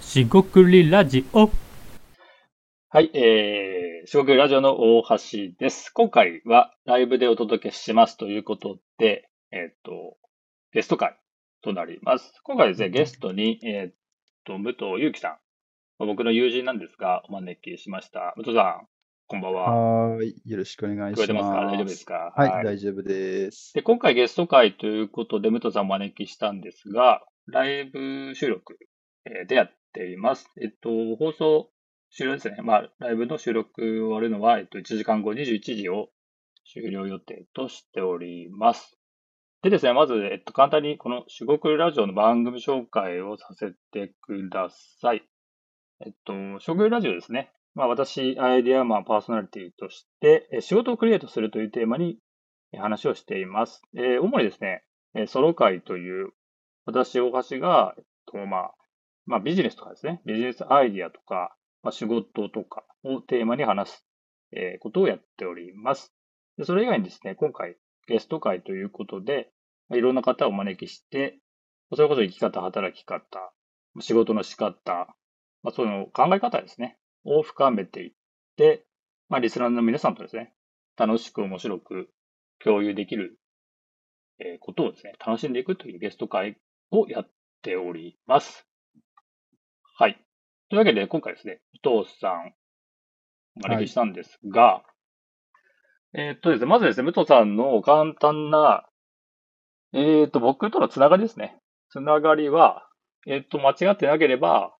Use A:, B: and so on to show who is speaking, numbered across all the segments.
A: しごくりラジオ。
B: はい、えー、四国ラジオの大橋です。今回はライブでお届けしますということで、えっ、と、ゲスト会となります。今回ですね、ゲストに、えっ、と、武藤祐樹さん、まあ僕の友人なんですが、お招きしました。武藤さん、こんばんは。
C: はーい。よろしくお願い
B: 聞
C: し
B: こ
C: ま
B: えて
C: す。
B: ますか大丈夫ですか
C: はい、大丈夫です。
B: で、今回ゲスト会ということで、武藤さんをお招きしたんですが、ライブ収録えーでやっています。えっと、放送終了ですね。まあ、ライブの収録終わるのは、えっと、1時間後21時を終了予定としております。でですね、まず、えっと、簡単にこの四国ラジオの番組紹介をさせてください。えっと、四国ラジオですね。まあ、私、アイデアマンパーソナリティとして、え仕事をクリエイトするというテーマにえー話をしています。えー主にですね、えーソロ会という、私、大橋が、えっとまあ、まあ、ビジネスとかですね、ビジネスアイディアとか、まあ、仕事とかをテーマに話す、えーことをやっております。でそれ以外にですね、今回ゲスト会ということで、まあいろんな方をお招きして、それこそ生き方、働き方、仕事の仕方、まあ、その考え方ですね、を深めていって、まあ、リスナーの皆さんとですね、楽しく面白く共有できる、えーことをですね、楽しんでいくというゲスト会をやっております。はい。というわけで、今回ですね、武藤さん、お招きしたんですが、えーっとですね、まずですね、武藤さんの簡単な、えーっと、僕とのつながりですね。つながりは、えーっと、間違ってなければ、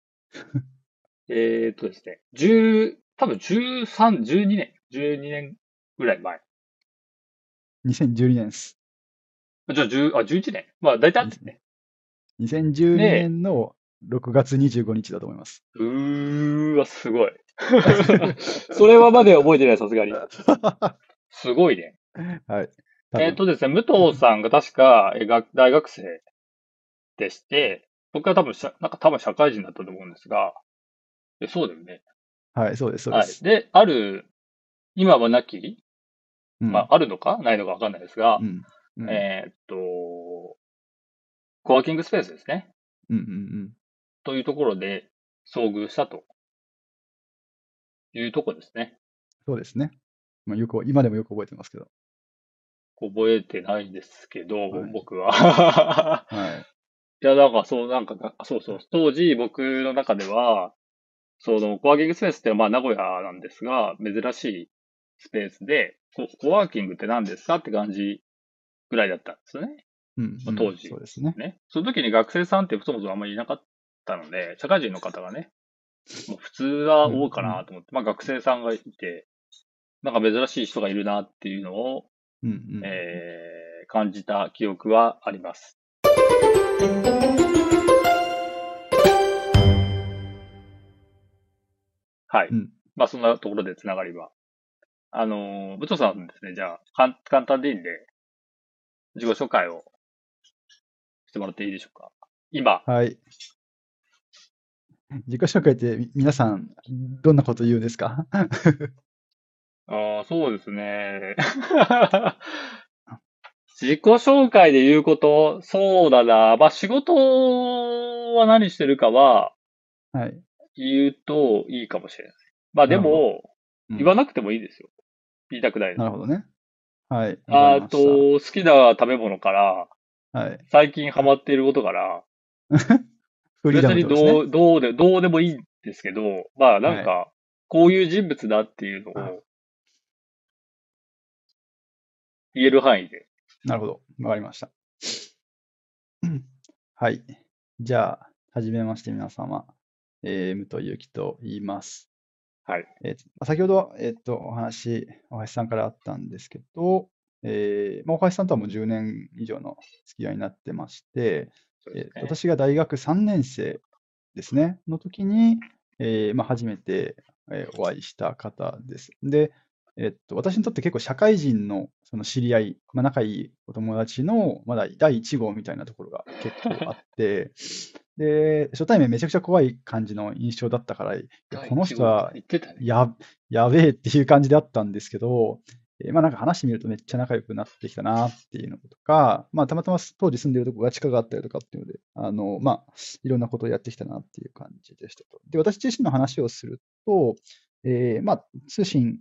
B: えーっとですね、10、多分13、12年、12年ぐらい前。
C: 2012年です。
B: じゃあ、10、あ、11年。まあ、大体合ってるね。
C: 2012
B: ねえ
C: 年の6月25日だと思います。
B: うーわ、すごい。 それはまでは覚えてない、さすがに。 すごいね。
C: はい。多分
B: えっ、とですね、武藤さんが確かえが大学生でして、僕は多分しゃ、なんか多分社会人だったと思うんですが、えそうだよね。
C: はい、そうです、そうで
B: はい。
C: す。
B: で、ある、今はなき、
C: うん
B: まあ、あるのかないのかわかんないですが、
C: うん。うん
B: えっと、コワーキングスペースですね。
C: うんうん
B: というところで遭遇したというとこですね。
C: そうですね。まあ、よく、今でもよく覚えてますけど。
B: 覚えてないですけど、
C: はい
B: 僕は。
C: はい。
B: いや、なんかそう、なんか、そうそう、当時僕の中では、その、コワーキングスペースって、まあ、名古屋なんですが、珍しいスペースで、ココワーキングって何ですかって感じぐらいだったんですよね。
C: うん、
B: まあ当時
C: そうですね。
B: ね。その時に学生さんってそもそもあんまりいなかったので、社会人の方がね、もう普通は多いかなと思って、まあ学生さんがいて、なんか珍しい人がいるなっていうのを、
C: うんうん。
B: えー感じた記憶はあります。はい。
C: うん
B: まあ、そんなところでつながりは。あのー、武藤さんですね、じゃあ、かん簡単でいいんで、自己紹介をしてもらっていいでしょうか。今、
C: はい。自己紹介ってみ皆さん、どんなこと言うんですか
B: ああ、そうですね。 自己紹介で言うこと、そうだな。まあ、仕事は何してるかは
C: はい。
B: 言うといいかもしれない。まあ、で
C: な
B: も、
C: うん
B: 言わなくてもいいですよ。言いたくないです
C: なるほどね。はい。
B: あ
C: わかりま
B: ー
C: し
B: と、
C: た
B: 好きな食べ物から、
C: はい。
B: 最近ハマっていることから、
C: フリ
B: 別
C: ーダムって
B: に
C: ことですね
B: どう、どうで、どうでもいいんですけど、まあ、なんか、こういう人物だっていうのを、言える範囲で。
C: なるほど。わかりました。 はい。じゃあ、はじめまして、皆様。えー、武藤祐樹と言います。
B: はい。
C: えー先ほど、えーっと、お話、大橋さんからあったんですけど、えーまあ、大橋さんとはもう10年以上の付き合いになってまして、
B: そう
C: え
B: で
C: ー
B: すね
C: 私が大学3年生ですね、の時に、えーまあ、初めて、えーお会いした方です。で、えっと、私にとって結構社会人のその知り合い、まあ、仲いいお友達のまだ第1号みたいなところが結構あ って、で、初対面めちゃくちゃ怖い感じの印象だったから、いやこの人は
B: 言ってたね。
C: や、やべえっていう感じであったんですけど、えーまあなんか話してみるとめっちゃ仲良くなってきたなっていうのとか、まあたまたま当時住んでるとこが地下があったりとかっていうので、あの、まあいろんなことをやってきたなっていう感じでしたと。で、私自身の話をすると、えーまあ通信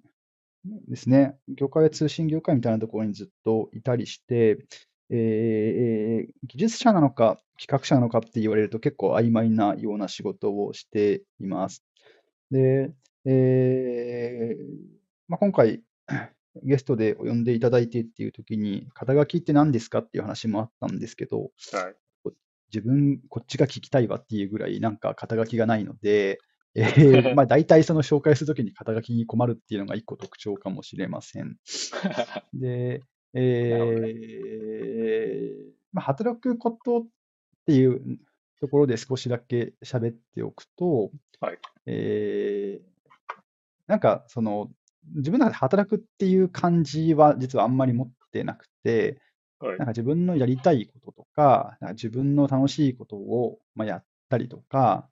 C: ですね、業界は通信業界みたいなところにずっといたりして、えーえー技術者なのか企画者なのかって言われると結構曖昧なような仕事をしています。で、えーまあ、今回ゲストでお呼んでいただいてっていう時に肩書きって何ですかっていう話もあったんですけど
B: はい。
C: 自分こっちが聞きたいわっていうぐらいなんか肩書きがないの で、えーまあ大体その紹介するときに肩書きに困るっていうのが一個特徴かもしれ ません。
B: る
C: で、
B: ほど
C: えーまあ、働くことっていうところで少しだけ喋っておくと、
B: はい
C: えーなんかその自分の中で働くっていう感じは実はあんまり持ってなくて、
B: はい
C: なんか自分のやりたいこととか、なんか自分の楽しいことをまあやったりとか、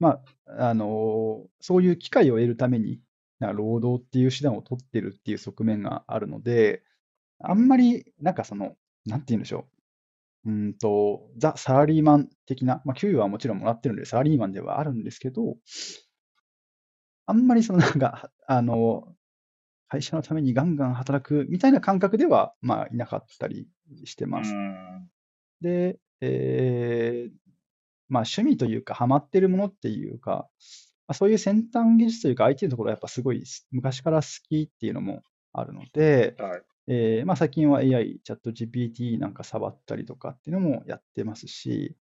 C: まああのそういう機会を得るために、なんか労働っていう手段を取ってるっていう側面があるので、あんまりなんかその、なんて言うんでしょう、うーんと、ザ・サラリーマン的な、まあ、給与はもちろんもらってるので、サラリーマンではあるんですけど、あんまりそのなんか、あの会社のためにガンガン働くみたいな感覚では、まあ、いなかったりして
B: う
C: ます。
B: ん。
C: で、えーまあ、趣味というか、ハマってるものっていうか、まあ、そういう先端技術というか、IT のところはやっぱすごいす昔から好きっていうのもあるので、
B: はい。
C: えーまあ、最近は AI、チャット GPT なんか触ったりとかっていうのもやってますし、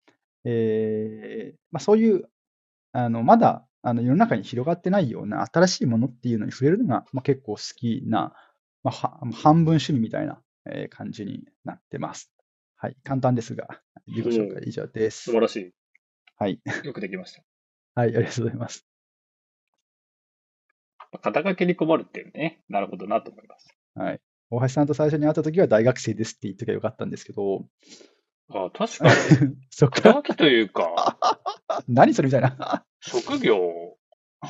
C: えーまあ、そういう、あのまだあの世の中に広がってないような新しいものっていうのに触れるのが、まあ、結構好きな、まあ、は半分趣味みたいな、えー感じになってます。はい、簡単ですが、自己紹介以上で
B: 素
C: す。
B: 晴らし
C: はい、
B: い。よくできました。
C: はい、ありがとうございます。
B: 肩書きに困るっていうね、なるほどなと思います。
C: はい、大橋さんと最初に会った時は大学生ですって言ってきゃよかったんですけど、
B: あ確かに、
C: そこ
B: 肩書きという か、
C: 何それみたいな。
B: 職業、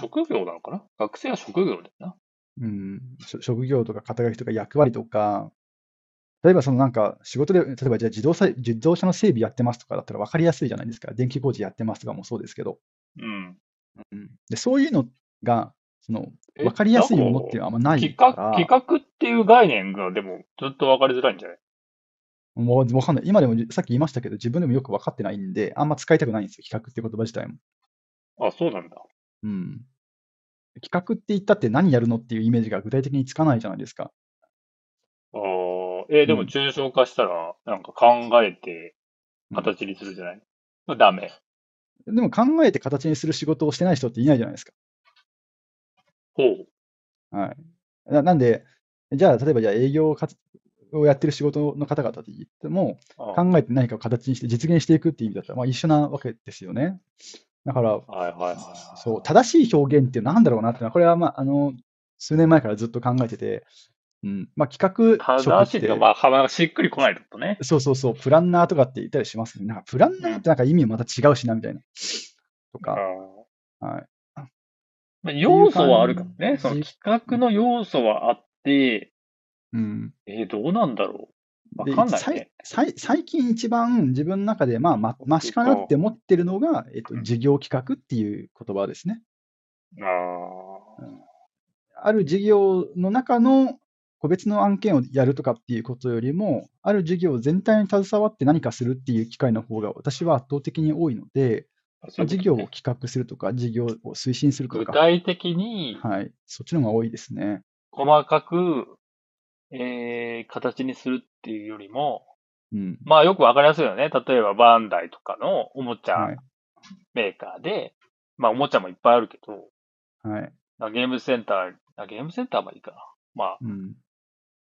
B: 職業なのかな学生は職業だよな。
C: うん、しょ職業とか肩書きとか役割とか、例えばそのなんか仕事で、例えばじゃあ自動車自動車の整備やってますとかだったら分かりやすいじゃないですか、電気工事やってますとかもそうですけど、
B: うん。
C: うん、でそういうのがその
B: え
C: 分かりやすいものっていうのはあんまない
B: 企
C: か
B: 画、
C: ら、
B: 企画っていう概念がでもずっと分かりづらいんじゃない
C: もう分かんない、今でもさっき言いましたけど、自分でもよく分かってないんで、あんま使いたくないんですよ、企画って言葉自体も。
B: あ、そうなんだ。
C: うん、企画って言ったって何やるのっていうイメージが具体的につかないじゃないですか。
B: あーえーで
C: う
B: も
C: ん
B: 抽象化したら、なんか考えて形にするじゃない、ダメ。
C: でも考えて形にする仕事をしてない人っていないじゃないですか。
B: ほう。
C: はい。ななんで、じゃあ、例えばじゃあ営業をかつをやってる仕事の方々って言っても、
B: あ
C: 考えて何かを形にして実現していくっていう意味だったら、まあ、一緒なわけですよね。だから、
B: はいはいはいはい。
C: そう、正しい表現ってなんだろうなっていうのは、これは、まあ、あの、数年前からずっと考えてて、うん、まあ、企画職
B: 正しい
C: っ
B: って
C: て
B: いうか、まあ、幅がしっくりこないとね。
C: そうそうそう、プランナーとかって言ったりしますね。なんか、プランナーってなんか意味もまた違うしな、みたいな。と
B: あー
C: か、はい。
B: まあ、要素はあるかも
C: っ
B: ね。
C: てい
B: そう
C: 感
B: の
C: じ
B: 企画の要素はあって、
C: うん。
B: えーどうなんだろう。わ
C: で
B: かんない
C: さい
B: ね。
C: さい最近一番自分の中で、まあ、ま、ましかなって思ってるのが、えっと
B: う、ん
C: 事業企画っていう言葉ですね。
B: ああ。
C: ある事業の中の個別の案件をやるとかっていうことよりも、ある事業全体に携わって何かするっていう機会の方が私は圧倒的に多いので、
B: そういうことね
C: 事業を企画するとか、事業を推進すると
B: 具
C: か、
B: 体的に
C: はい、そっちの方が多いですね。
B: 細かく、えー形にするっていうよりも、
C: うん。
B: まあよくわかりやすいよね。例えばバンダイとかのおもちゃ
C: はい。
B: メーカーで、まあおもちゃもいっぱいあるけど、
C: はい。
B: まあゲームセンター、あゲームセンターはいいかな。まあ
C: うん。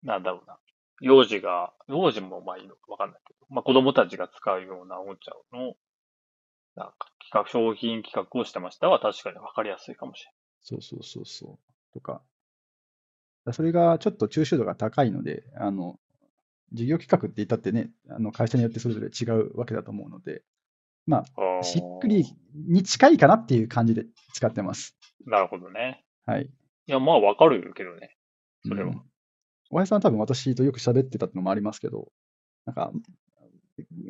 B: なんだろうな。幼児が、幼児もまあいいのかわかんないけど、まあ子供たちが使うようなおもちゃの、なんか企画、商品企画をしてましたは確かにわかりやすいかもし
C: そうそうそうそう。とか。だそれがちょっと抽象度が高いので、あの、事業企画って言ったってね、あの会社によってそれぞれ違うわけだと思うので、
B: れない。
C: しっくりに近いかなっていう感じで使ってます。
B: なるほどね。
C: はい。
B: いや、まあわかるけどね。それは
C: うん和江さんは多分私とよく喋ってたってのもありますけど、なんか、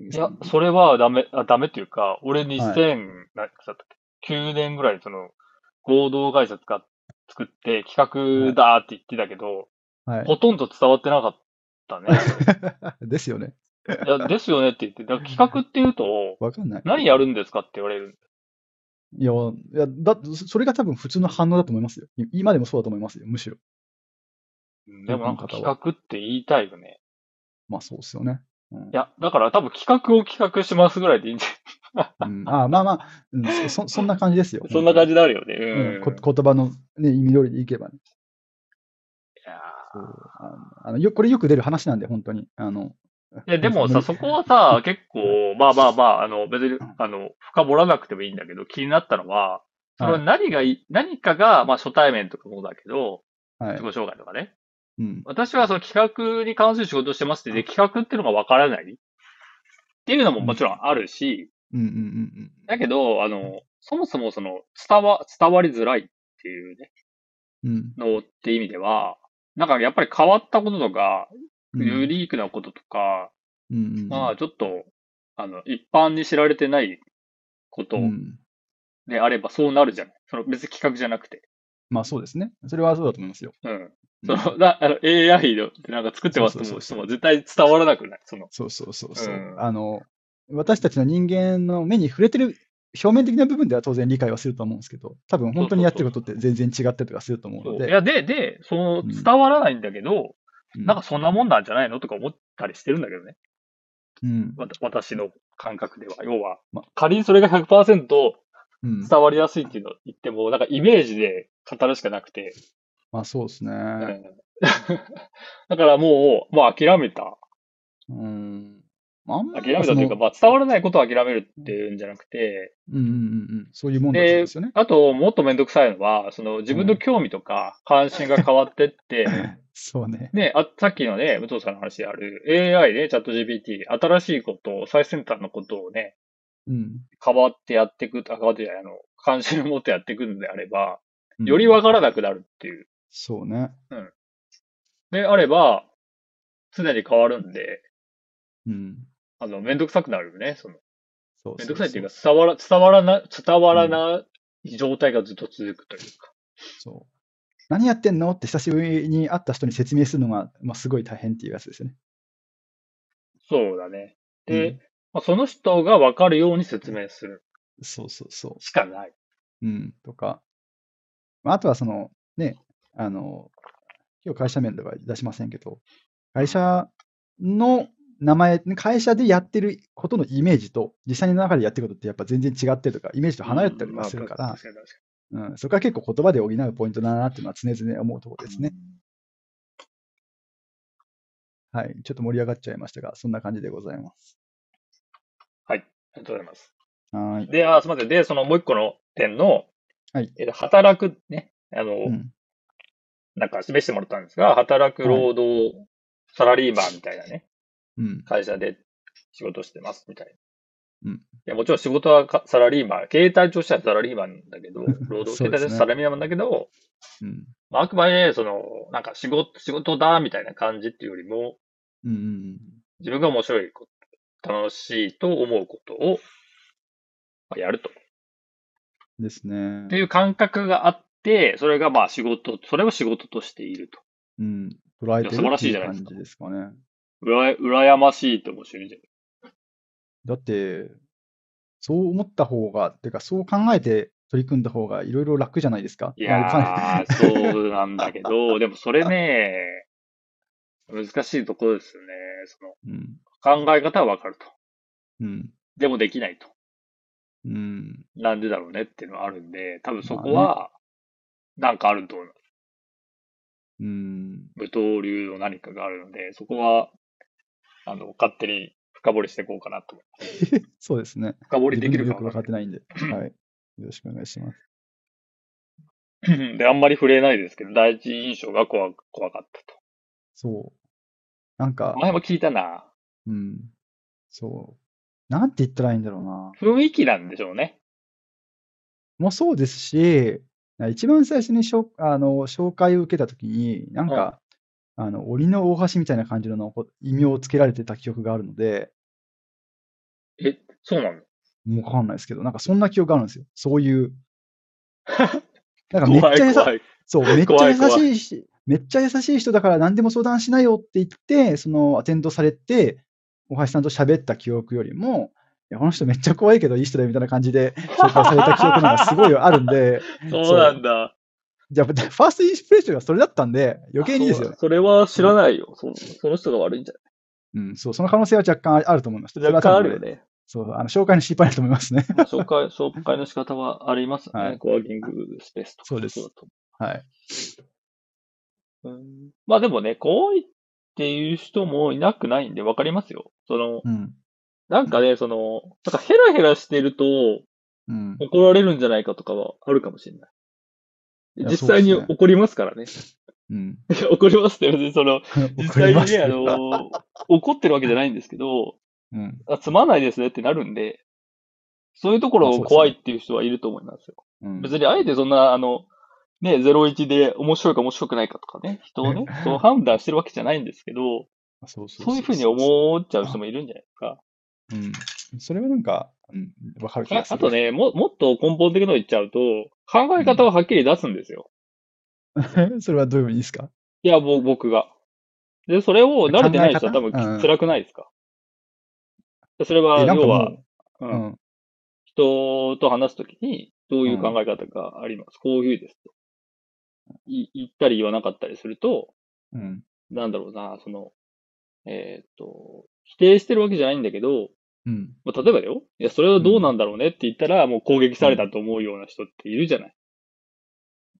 B: いや、それはダメ、あ、ダメっていうか、俺2000、何いくつだったっけ ?9 年ぐらい、その、合同会社使っ作って企画だーって言ってたけど、
C: はい。
B: ほとんど伝わってなかった ね。
C: ですよね。
B: いや、ですよねって言って、だから企画っていうと、
C: わかんない。
B: 何やるんですかって言われる。
C: いや、いやだそれが多分普通の反応だと思いますよ。い今でもそうだと思いますよ、むしろ。
B: でもなんか企画って言いたいよね。
C: まあそうですよね。うん
B: いや、だから多分企画を企画しますぐらいでいいんじゃ 。
C: うん、あまあまあ、うんそそんな感じですよ
B: そんな感じになるよね。
C: う
B: うんん。
C: こ言葉の、ね、意味通りでいけばね。
B: いや
C: そうあのあのよこれよく出る話なんで、本当に。あの
B: いや、でもさ、そこはさ、結構、まあまあまあ、あの、別に、あの、深掘らなくてもいいんだけど、気になったのは、それは何がいい、何かが、まあ初対面とかもだけど、
C: はい
B: 自己。紹介とかね。
C: うん。
B: 私はその企画に関する仕事をしてますって、で、企画っていうのがわからないっていうのももちろんあるし、
C: うんうんうん
B: だけど、あの、そもそもその、伝わ、伝わりづらいっていうね、
C: うん。うん
B: のって意味では、なんかやっぱり変わったこととか、
C: うん。
B: ユニークなこととか、
C: うんうん
B: まあ、ちょっと、あの、一般に知られてないこと
C: うん
B: であればそうなるじゃない。その別に企画じゃなくて。
C: まあそうですね。それはそうだと思いますよ。
B: うん。
C: うん
B: その、なあの、AI のなんか作ってますと
C: そ
B: も
C: うそううそう
B: もう絶対伝わらなくないその、
C: そうそうそうそう、
B: うん
C: あの。私たちの人間の目に触れてる表面的な部分では当然理解はすると思うんですけど、多分本当にやってることって全然違ったりとかすると思うの
B: い
C: で、
B: や、で、で、その、
C: うん
B: 伝わらないんだけど、
C: うん
B: なんかそんなもんなんじゃないのとか思ったりしてるんだけどね。
C: うん
B: わた私の感覚では。要は
C: ま、
B: 仮にそれが100%
C: うん、
B: 伝わりやすいっていうのを言っても、なんかイメージで語るしかなくて、
C: まあそうです
B: う
C: ね。
B: ん だからもう、もう諦めた
C: うん。まああんま
B: 諦めたというか、
C: その
B: まあ、伝わらないことを諦めるっていうんじゃなくて、
C: うんうんうんうん、そういうもんだそうですよね。
B: あと、もっとめんどくさいのは、その自分の興味とか関心が変わってって、
C: そうね。
B: ね、あさっきのね、武藤さんの話である AI でチャット GPT、新しいこと、最先端のことをね、
C: うん。
B: 変わってやっていく、あ変わってじゃない、あの、関心を持ってやっていくんであれば、
C: うん
B: よりわからなくなるっていう。
C: そうね。
B: で、あれば、常に変わるんで、
C: うん。
B: あの、めんどくさくなるよね、その。
C: そう
B: めん
C: そ
B: どく
C: うそ
B: さ
C: う
B: いっていうか、伝わら、伝わらな、伝わらない状態がずっと続くというか。
C: そう。何やってんのって久しぶりに会った人に説明するのが、まあ、すごい大変っていうやつですよね。
B: そうだね。で、
C: うん
B: まあ、その人が分かるように説明する
C: そうそうそう。
B: しかない。
C: うん、とか、まあ、あとはその、ね、あの、今日会社面では出しませんけど、会社の名前、会社でやってることのイメージと、実際の中でやってることってやっぱ全然違ってとか、イメージと離れてたりはするから、
B: うんまあ確か
C: うん、そこは結構言葉で補うポイントだなっていうのは常々思うところですね。はい。ちょっと盛り上がっちゃいましたが、そんな感じでございます。
B: に確かにありがとうございます。
C: はーい。
B: で、あ、すみません。で、そのもう一個の点の、
C: はい
B: えっと働くね、あの、
C: うん、
B: なんか示してもらったんですが、働く労働、サラリーマンみたいなね、
C: うん、
B: 会社で仕事してますみたいな。
C: うん
B: いやもちろん仕事はかサラリーマン、携帯としてはサラリーマンだけ ど、労働
C: そ
B: 形態
C: うですね
B: としてはサラリーマンだけど、
C: うん、
B: まあ、あくまで、その、なんか仕事、仕事だ、みたいな感じっていうよりも、
C: うん、うん
B: 自分が面白いこと、楽しいと思うことを、まあやると。
C: うん。ですね
B: って。いう感覚があって、それがまあ仕事、それを仕事としていると。
C: うん。捉えて
B: いや素晴
C: る
B: ら
C: って
B: しいじ
C: い
B: ゃな
C: う
B: いです
C: 感
B: か
C: じですかね。
B: うらや、羨ましいとも主義者。
C: だって、そう思った方が、てか、そう考えて取り組んだ方がいろいろ楽じゃないですか。
B: い
C: あかん
B: やー、そうなんだけど、でもそれね、難しいところですよね。その、
C: うん、
B: 考え方はわかると。
C: うん、
B: でもできないと。
C: うん。
B: なんでだろうねっていうのはあるんで、多分そこは、なんかあると思う。
C: うん。
B: 武闘流の何かがあるので、そこは、あの、勝手に深掘りしていこうかなと思う。
C: そうですね。
B: 深掘り
C: 自
B: で
C: 分
B: きる
C: で
B: か
C: もよ
B: も
C: く分
B: わ
C: か
B: か
C: ってないんで。はい。よろしくお願いします。
B: んない で、あんまり触れないですけど、第一印象が怖怖かった
C: そう。なんか
B: と。、前も聞いたな。
C: うん。そう。なんて言ったらいいんだろうな。
B: 雰囲気なんでしょうね。
C: もそうですし、一番最初にしょあの紹介を受けたときに、なんか、あの、鬼の大橋みたいな感じのこ異名をつけられてた記憶があるので、
B: え、そうなの
C: もうわかんないですけど、なんかそんな記憶があるんですよ。そう いう。なんかめっ
B: 怖い
C: ちゃ優し
B: 怖い。
C: そう、めっちゃ
B: 怖い怖い
C: 優しいし、めっちゃ優しい人だから何でも相談しなよって言って、そのアテンドされて、大橋さんと喋った記憶よりも、いやこの人めっちゃ怖いけどいい人だよみたいな感じで紹介された記憶の方がすごいあるんで、
B: そうなんだ。
C: じゃあ、ファーストインスピレーションがそれだったんで、余計にですよ
B: そう
C: ね。
B: それは知らないよ。そのその人が悪いんじゃ
C: うん、そう、その可能性は若干あるあると思います。
B: ない若干あるよ
C: それは多分ね。
B: ね。
C: そう、あの、紹介の失敗だと思いますね。
B: 紹介、 紹介の仕方はあります
C: は
B: ね。
C: い
B: コワーキングスペースとか。
C: そうです
B: だと
C: はい。
B: うんまあでもね、怖いっていう人もいなくないんで分かりますよ。その、
C: うん。
B: なんかね、その、なんかヘラヘラしてると
C: うん。
B: 怒られるんじゃないかとかはあるかもしれない
C: い。や
B: 実際に
C: そうですね
B: 怒りますからね。
C: うん。
B: 怒りますって別にその、実
C: わかり
B: 際に
C: ます
B: ね、あの、怒ってるわけじゃないんですけど、
C: うん。
B: あつまんないですねってなるんで、そういうところを怖いっていう人はいると思いますよ。
C: うん
B: 別にあえてそんな、あの、ね、01で面白いか面白くないかとかね、人を ね、そう判断してるわけじゃないんですけど、
C: そうそ
B: そういうふうに思っちゃう人もいるんじゃないですか。
C: うん。それはなんか、うん、わかる気が
B: あ
C: す
B: あ
C: る。
B: と。ねも、もっと根本的なの言っちゃうと、考え方をはっきり出すんですよ。
C: それはどういう意味ですか
B: いや、ぼ僕が。で、それを慣れてない人は多分
C: 考え方うん
B: 辛くないですか。それは、
C: え、なんか
B: 要は、
C: も
B: う
C: う、うんん。
B: 人と話すときに、どういう考え方があります、こういうですと。い言ったり言わなかったりすると、
C: うん。
B: なんだろうな、その、えーっと、否定してるわけじゃないんだけど、
C: うん。
B: まあ、例えばだよ、いや、それはどうなんだろうねって言ったら、もう攻撃されたと思うような人っているじゃない。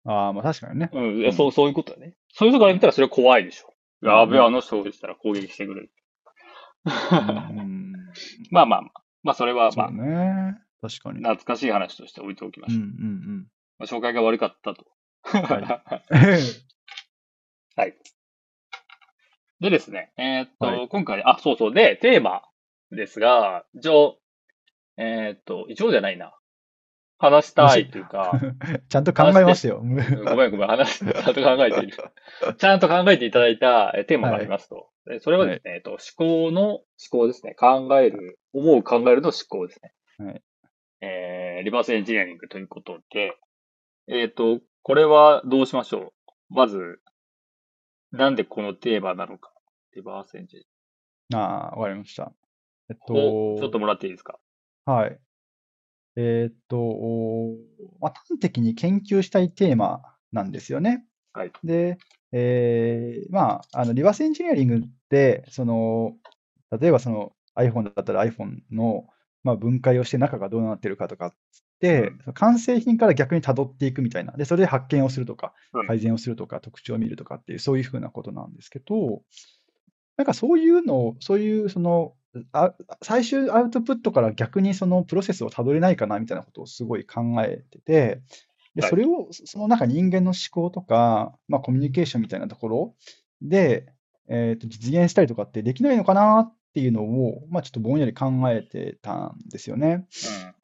C: ああ、まあ確か にね。
B: うん、い
C: うん
B: やそう、そういうことだね。そういう人から見たらそれは怖いでしょ。
C: うん
B: やべえ、あの人したら攻撃してくれる。
C: うん。
B: まあまあまあ、まあそれは
C: そ
B: まあ
C: う、ね。確かに。
B: 懐かしい話として置いておきま
C: う
B: し
C: ん
B: ょ
C: う
B: う。
C: ん
B: まあ、紹介が悪かったと。
C: はう
B: でですね、えーっと、
C: は
B: 今回、あ、そうそう、で、テーマですが、一応、えーっと、一応じゃないな。話したいというか、
C: ん。 ちゃんと考えましたよ。
B: うんごめんごめん、話、ちゃんと考えている。ちゃんと考えていただいたえーテーマがありますと。でそれはですね、えーっと、思考の思考ですね。考える、思う考えるの思考ですね。
C: はい
B: えー、リバースエンジニアリングということで、えーっと、これはどうしましょうまず、なんでこのテーマなのか。リバースエンジニアリング
C: ああ、わかりました。えっと、
B: をちょっともらっていいですか
C: はい。えーっと、おーまあ、端的に研究したいテーマなんですよね。
B: はい。
C: で、えーまあ、あのリバースエンジニアリングって、その、例えばその iPhone だったら iPhone の、まあ、分解をして中がどうなってるかとかっつって、その完成品から逆に辿っていくみたいな。で、それで発見をするとか
B: うん、
C: 改善をするとか、特徴を見るとかっていう、そういうふうなことなんですけど、なんかそういうのを、そういうその、あ最終アウトプットから逆にそのプロセスをたどれないかなみたいなことをすごい考えてて、で
B: はい
C: それをそその中人間の思考とか、まあ、コミュニケーションみたいなところで、えー、と実現したりとかってできないのかなっていうのを、まあ、ちょっとぼんやり考えてたんですよね。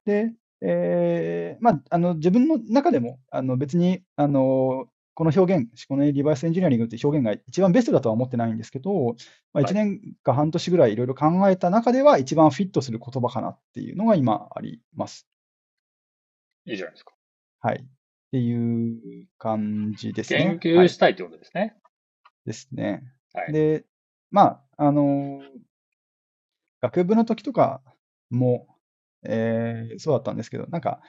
C: で、えーまあ、あの自分の中でもあの別にあのこの表現、このリバースエンジニアリングという表現が一番ベストだとは思ってないんですけど、
B: は
C: まあ、
B: い
C: 1年か半年ぐらいいろいろ考えた中では、一番フィットする言葉かなっていうのが今あります。
B: うん。いいじゃないですか。
C: はい。っていう感じです
B: 研
C: ね。
B: 究したいってことですね。
C: ですね。
B: はい
C: で、まあ、あのー学部の時とかも、えーそうだったんですけど、なんか、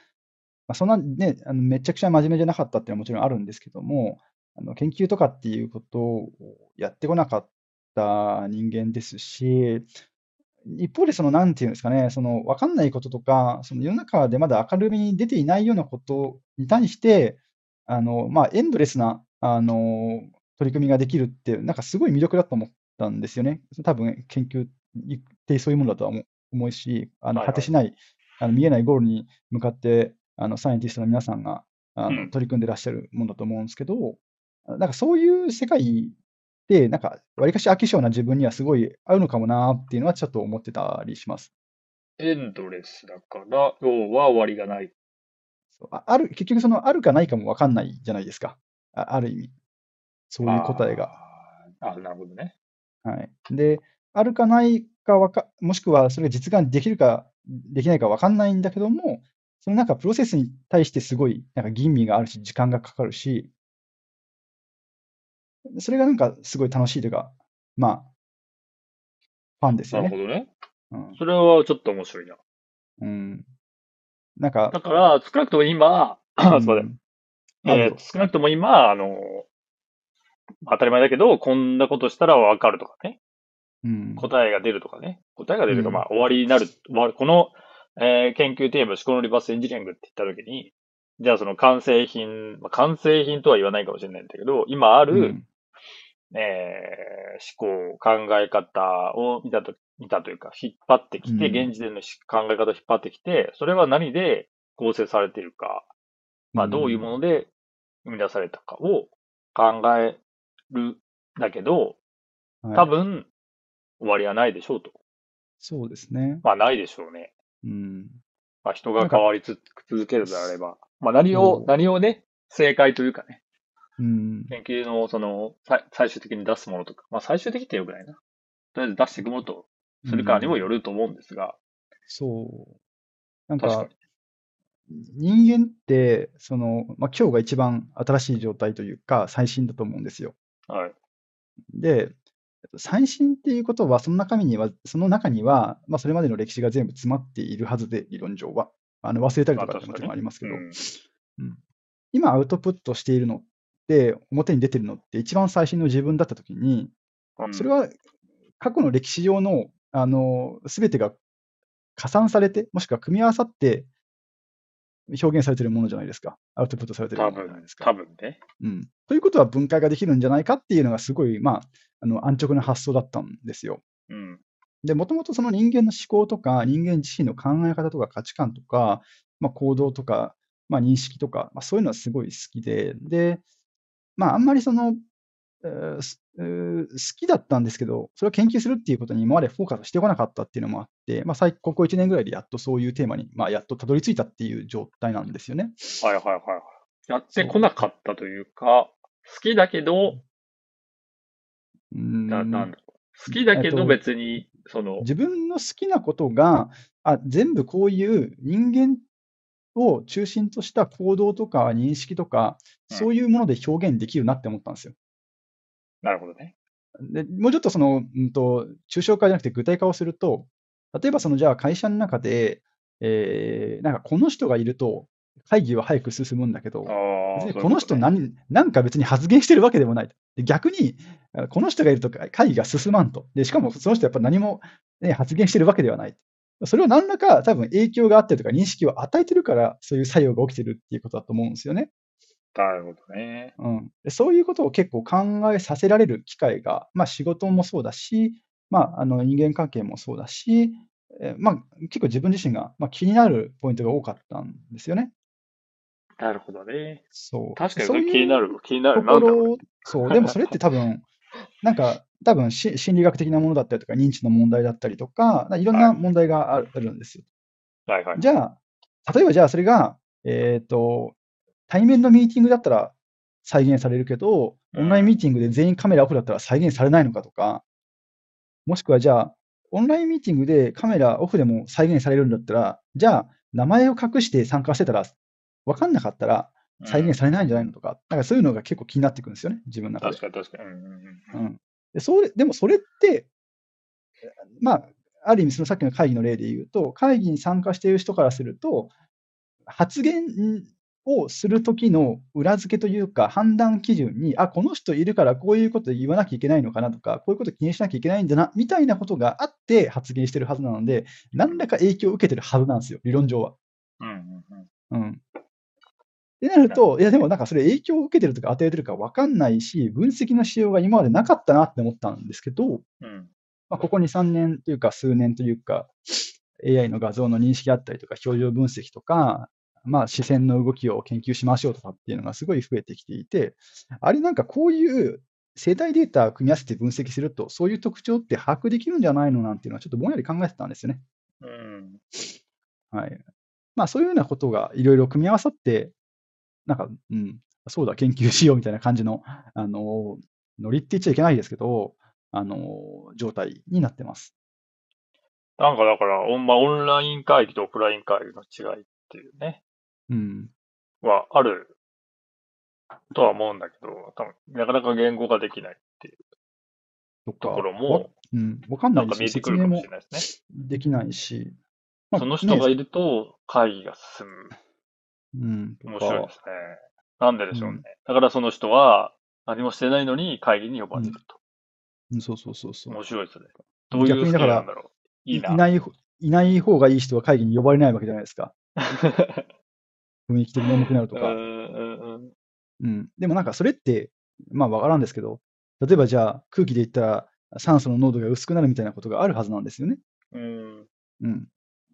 C: まあ、そんなね、あのめちゃくちゃ真面目じゃなかったっていうのはもちろんあるんですけども、あの研究とかっていうことをやってこなかった人間ですし、一方で、その、なんていうんですかね、その、わかんないこととか、その世の中でまだ明るみに出ていないようなことに対して、あの、まあ、エンドレスな、あの、取り組みができるって、なんかすごい魅力だと思ったんですよね。多分研究ってそういうものだとは思う思うし、あの
B: はいはい
C: 果てしない、あの見えないゴールに向かって、あのサイエンティストの皆さんがあ
B: う
C: の
B: ん
C: 取り組んでらっしゃるものだと思うんですけど、なんかそういう世界で、なんか、わりかし飽き性な自分にはすごい合うのかもなーっていうのはちょっと思ってたりします。
B: エンドレスだから、要は終わりがない。
C: そうあある結局、そのあるかないかも分かんないじゃないですか。あある意味。そういう答えが。
B: あー。あ、なるほどね。
C: はい。で、あるかないかわか、もしくはそれが実現できるか、できないかわかんないんだけども、そのなんかプロセスに対してすごい、なんか吟味があるし、時間がかかるし、それがなんかすごい楽しいというか、まあ、ファンです
B: な
C: よ
B: るほ
C: ね。
B: どね。
C: うん。
B: それはちょっと面白いな。
C: うん、なんか、
B: だから、少なくとも今、そうだよ
C: うんはい
B: え
C: どう
B: ー少なくとも今、あの、当たり前だけど、こんなことしたらわかるとかね。
C: うん、
B: 答えが出るとかね。答えが出ると
C: うん
B: か、まあ、終わりになる。終わるこの、えー研究テーマ、思考のリバースエンジニアリングって言ったときに、じゃあその完成品、まあ、完成品とは言わないかもしれないんだけど、今あ
C: う
B: る、
C: ん
B: えー思考、考え方を見たと、見たというか、引っ張ってきて、
C: うん
B: 現時点のし考え方を引っ張ってきて、それは何で構成されているか、まあ、どういうもので生み出されたかを考えるんだけど、
C: うんはい
B: 多分、終わりはないでしょうと。
C: そうですね。
B: まあ、ないでしょうね。
C: うん。
B: まあ、人が変わりつ続けるのであれば。まあ、何
C: そ
B: を
C: う、
B: 何をね、正解というかね、
C: うん。
B: 研究の、その、さ最終的に出すものとか、まあ、最終的ってよくないな。とりあえず出していくものと、するかにもよると思うんですが、
C: そう。なん
B: 確か
C: か、人間って、その、まあ、今日が一番新しい状態というか、最新だと思うんですよ。
B: に。はい。
C: で、最新っていうことは、その中身には、その中には、まあ、それまでの歴史が全部詰まっているはずで、理論上は。あの忘れたりとかってもちろんありますけど、
B: うん
C: 今アウトプットしているのって、表に出てるのって、一番最新の自分だったときに、
B: うん
C: それは過去の歴史上の、あの、すべてが加算されて、もしくは組み合わさって表現されてるものじゃないですか。アウトプットされてるも
B: 多
C: のじゃない
B: 分
C: です、か
B: 多。分ね。
C: うん。ということは分解ができるんじゃないかっていうのがすごい、まあ、あの、安直な発想だったんですよ。
B: うん。
C: で、もともとその人間の思考とか、人間自身の考え方とか価値観とか、まあ、行動とか、まあ、認識とか、まあ、そういうのはすごい好きで、で、まあ、あんまりその、えーすえー好きだったんですけど、それを研究するっていうことに今までフォーカスしてこなかったっていうのもあって、まあ、最ここ1年ぐらいでやっとそういうテーマに、まあ、やっとたどり着いたっていう状態なんですよね。
B: はいはいはいはい。やってこなかったというか、好きだけど、
C: うーん
B: な、なんだろう。好きだけ
C: えっ
B: ど
C: と
B: 別に、その、
C: 自分の好きなことがあ全部こういう人間を中心とした行動とか認識とか、
B: うん
C: そういうもので表現できるなって思ったんですよ。
B: なるほどね。
C: でもうちょっとその、うん、と抽象化じゃなくて具体化をすると、例えばそのじゃあ会社の中で、えーなんかこの人がいると会議は早く進むんだけど、
B: ああ、
C: 別に
B: そういう
C: この人
B: ね
C: 何、なんか別に発言してるわけでもないと。で逆に、あこの人がいると会議が進まんと。でしかもその人やっぱ何も、ね、発言してるわけではない。それは何らか多分影響があったりとか認識を与えてるから、そういう作用が起きてるっていうことだと思うんですよね。
B: なるほどね。
C: うん、でそういうことを結構考えさせられる機会が、まあ、仕事もそうだし、まあ、あの人間関係もそうだし、えーまあ、結構自分自身が、まあ、気になるポイントが多かったんですよね。
B: なるほどね。
C: そう
B: 確かにそ
C: そう
B: れ
C: いう
B: 気になる、気にな
C: と
B: る。
C: こ
B: なんだろうね。
C: ろ、そう、でもそれって多分、なんか、多分し心理学的なものだったりとか、認知の問題だったりとか、ないろんな問題があるあるんですよ。
B: はいはい。
C: じゃあ、例えばじゃあそれが、えっ、と、対面のミーティングだったら再現されるけど、
B: うん
C: オンラインミーティングで全員カメラオフだったら再現されないのかとか、もしくはじゃあ、オンラインミーティングでカメラオフでも再現されるんだったら、じゃあ、名前を隠して参加してたら、分かんなかったら、再現
B: す
C: されないんじゃないのとか、なんかそういうのが結構気になってくるんですよね、自分の中で
B: 確。かに確かに。うんうんうん
C: うん、でそれでもそれって、まあ、ある意味、そのさっきの会議の例で言うと、会議に参加している人からすると、発言をする時の裏付けというか、判断基準に、あ、この人いるからこういうこと言わなきゃいけないのかなとか、こういうこと気にしなきゃいけないんだな、みたいなことがあって発言してるはずなので、何らか影響を受けてるはずなんですよ、理論上は。
B: うんうんうん。
C: うん。ってなると、いや、でもなんかそれ影響を受けてるとか与えてるか分かんないし、分析の仕様が今までなかったなって思ったんですけど、
B: うん
C: まあ、ここ2、3年というか数年というか、AI の画像の認識だったりとか、表情分析とか、まあ、視線の動きを研究しましょうとかっていうのがすごい増えてきていて、あれなんかこういう生体データを組み合わせて分析すると、そういう特徴って把握できるんじゃないのなんていうのはちょっとぼんやり考えてたんですよね。
B: うん。
C: はい。まあそういうようなことがいろいろ組み合わさって、なんか、うん、そうだ、研究しようみたいな感じの、あのノリって言っちゃいけないですけど、あの、状態になってます。
B: なんかだから、ほんまオンライン会議とオフライン会議の違いっていうね、
C: うん。
B: はあるとは思うんだけど、多分なかなか言語化できないっていう
C: とか
B: ところも、
C: うん、わかん
B: な
C: なんい
B: か見え
C: し、
B: てく
C: 説
B: る
C: 明
B: かも
C: も
B: しれないです
C: できないし、
B: ね。
C: まあ
B: その人が
C: ね
B: いると会議が進む。
C: うん、と
B: 面
C: か
B: 白いですね。なんででしょうね。
C: うん
B: だからその人は何もしてないのに会議に呼ばれると。
C: うんそうそうそうそう。
B: 面白いですね。どういう
C: 逆にだか
B: スキル
C: ら
B: なんだろう。いいな。
C: ないほ、いない方がいい人は会議に呼ばれないわけじゃないですか。 雰囲気的に重くなると
B: う
C: か。
B: んうんうん
C: うん。でもなんかそれって、まあわからんですけど、例えばじゃあ空気で言ったら酸素の濃度が薄くなるみたいなことがあるはずなんですよね。
B: うん。
C: うん。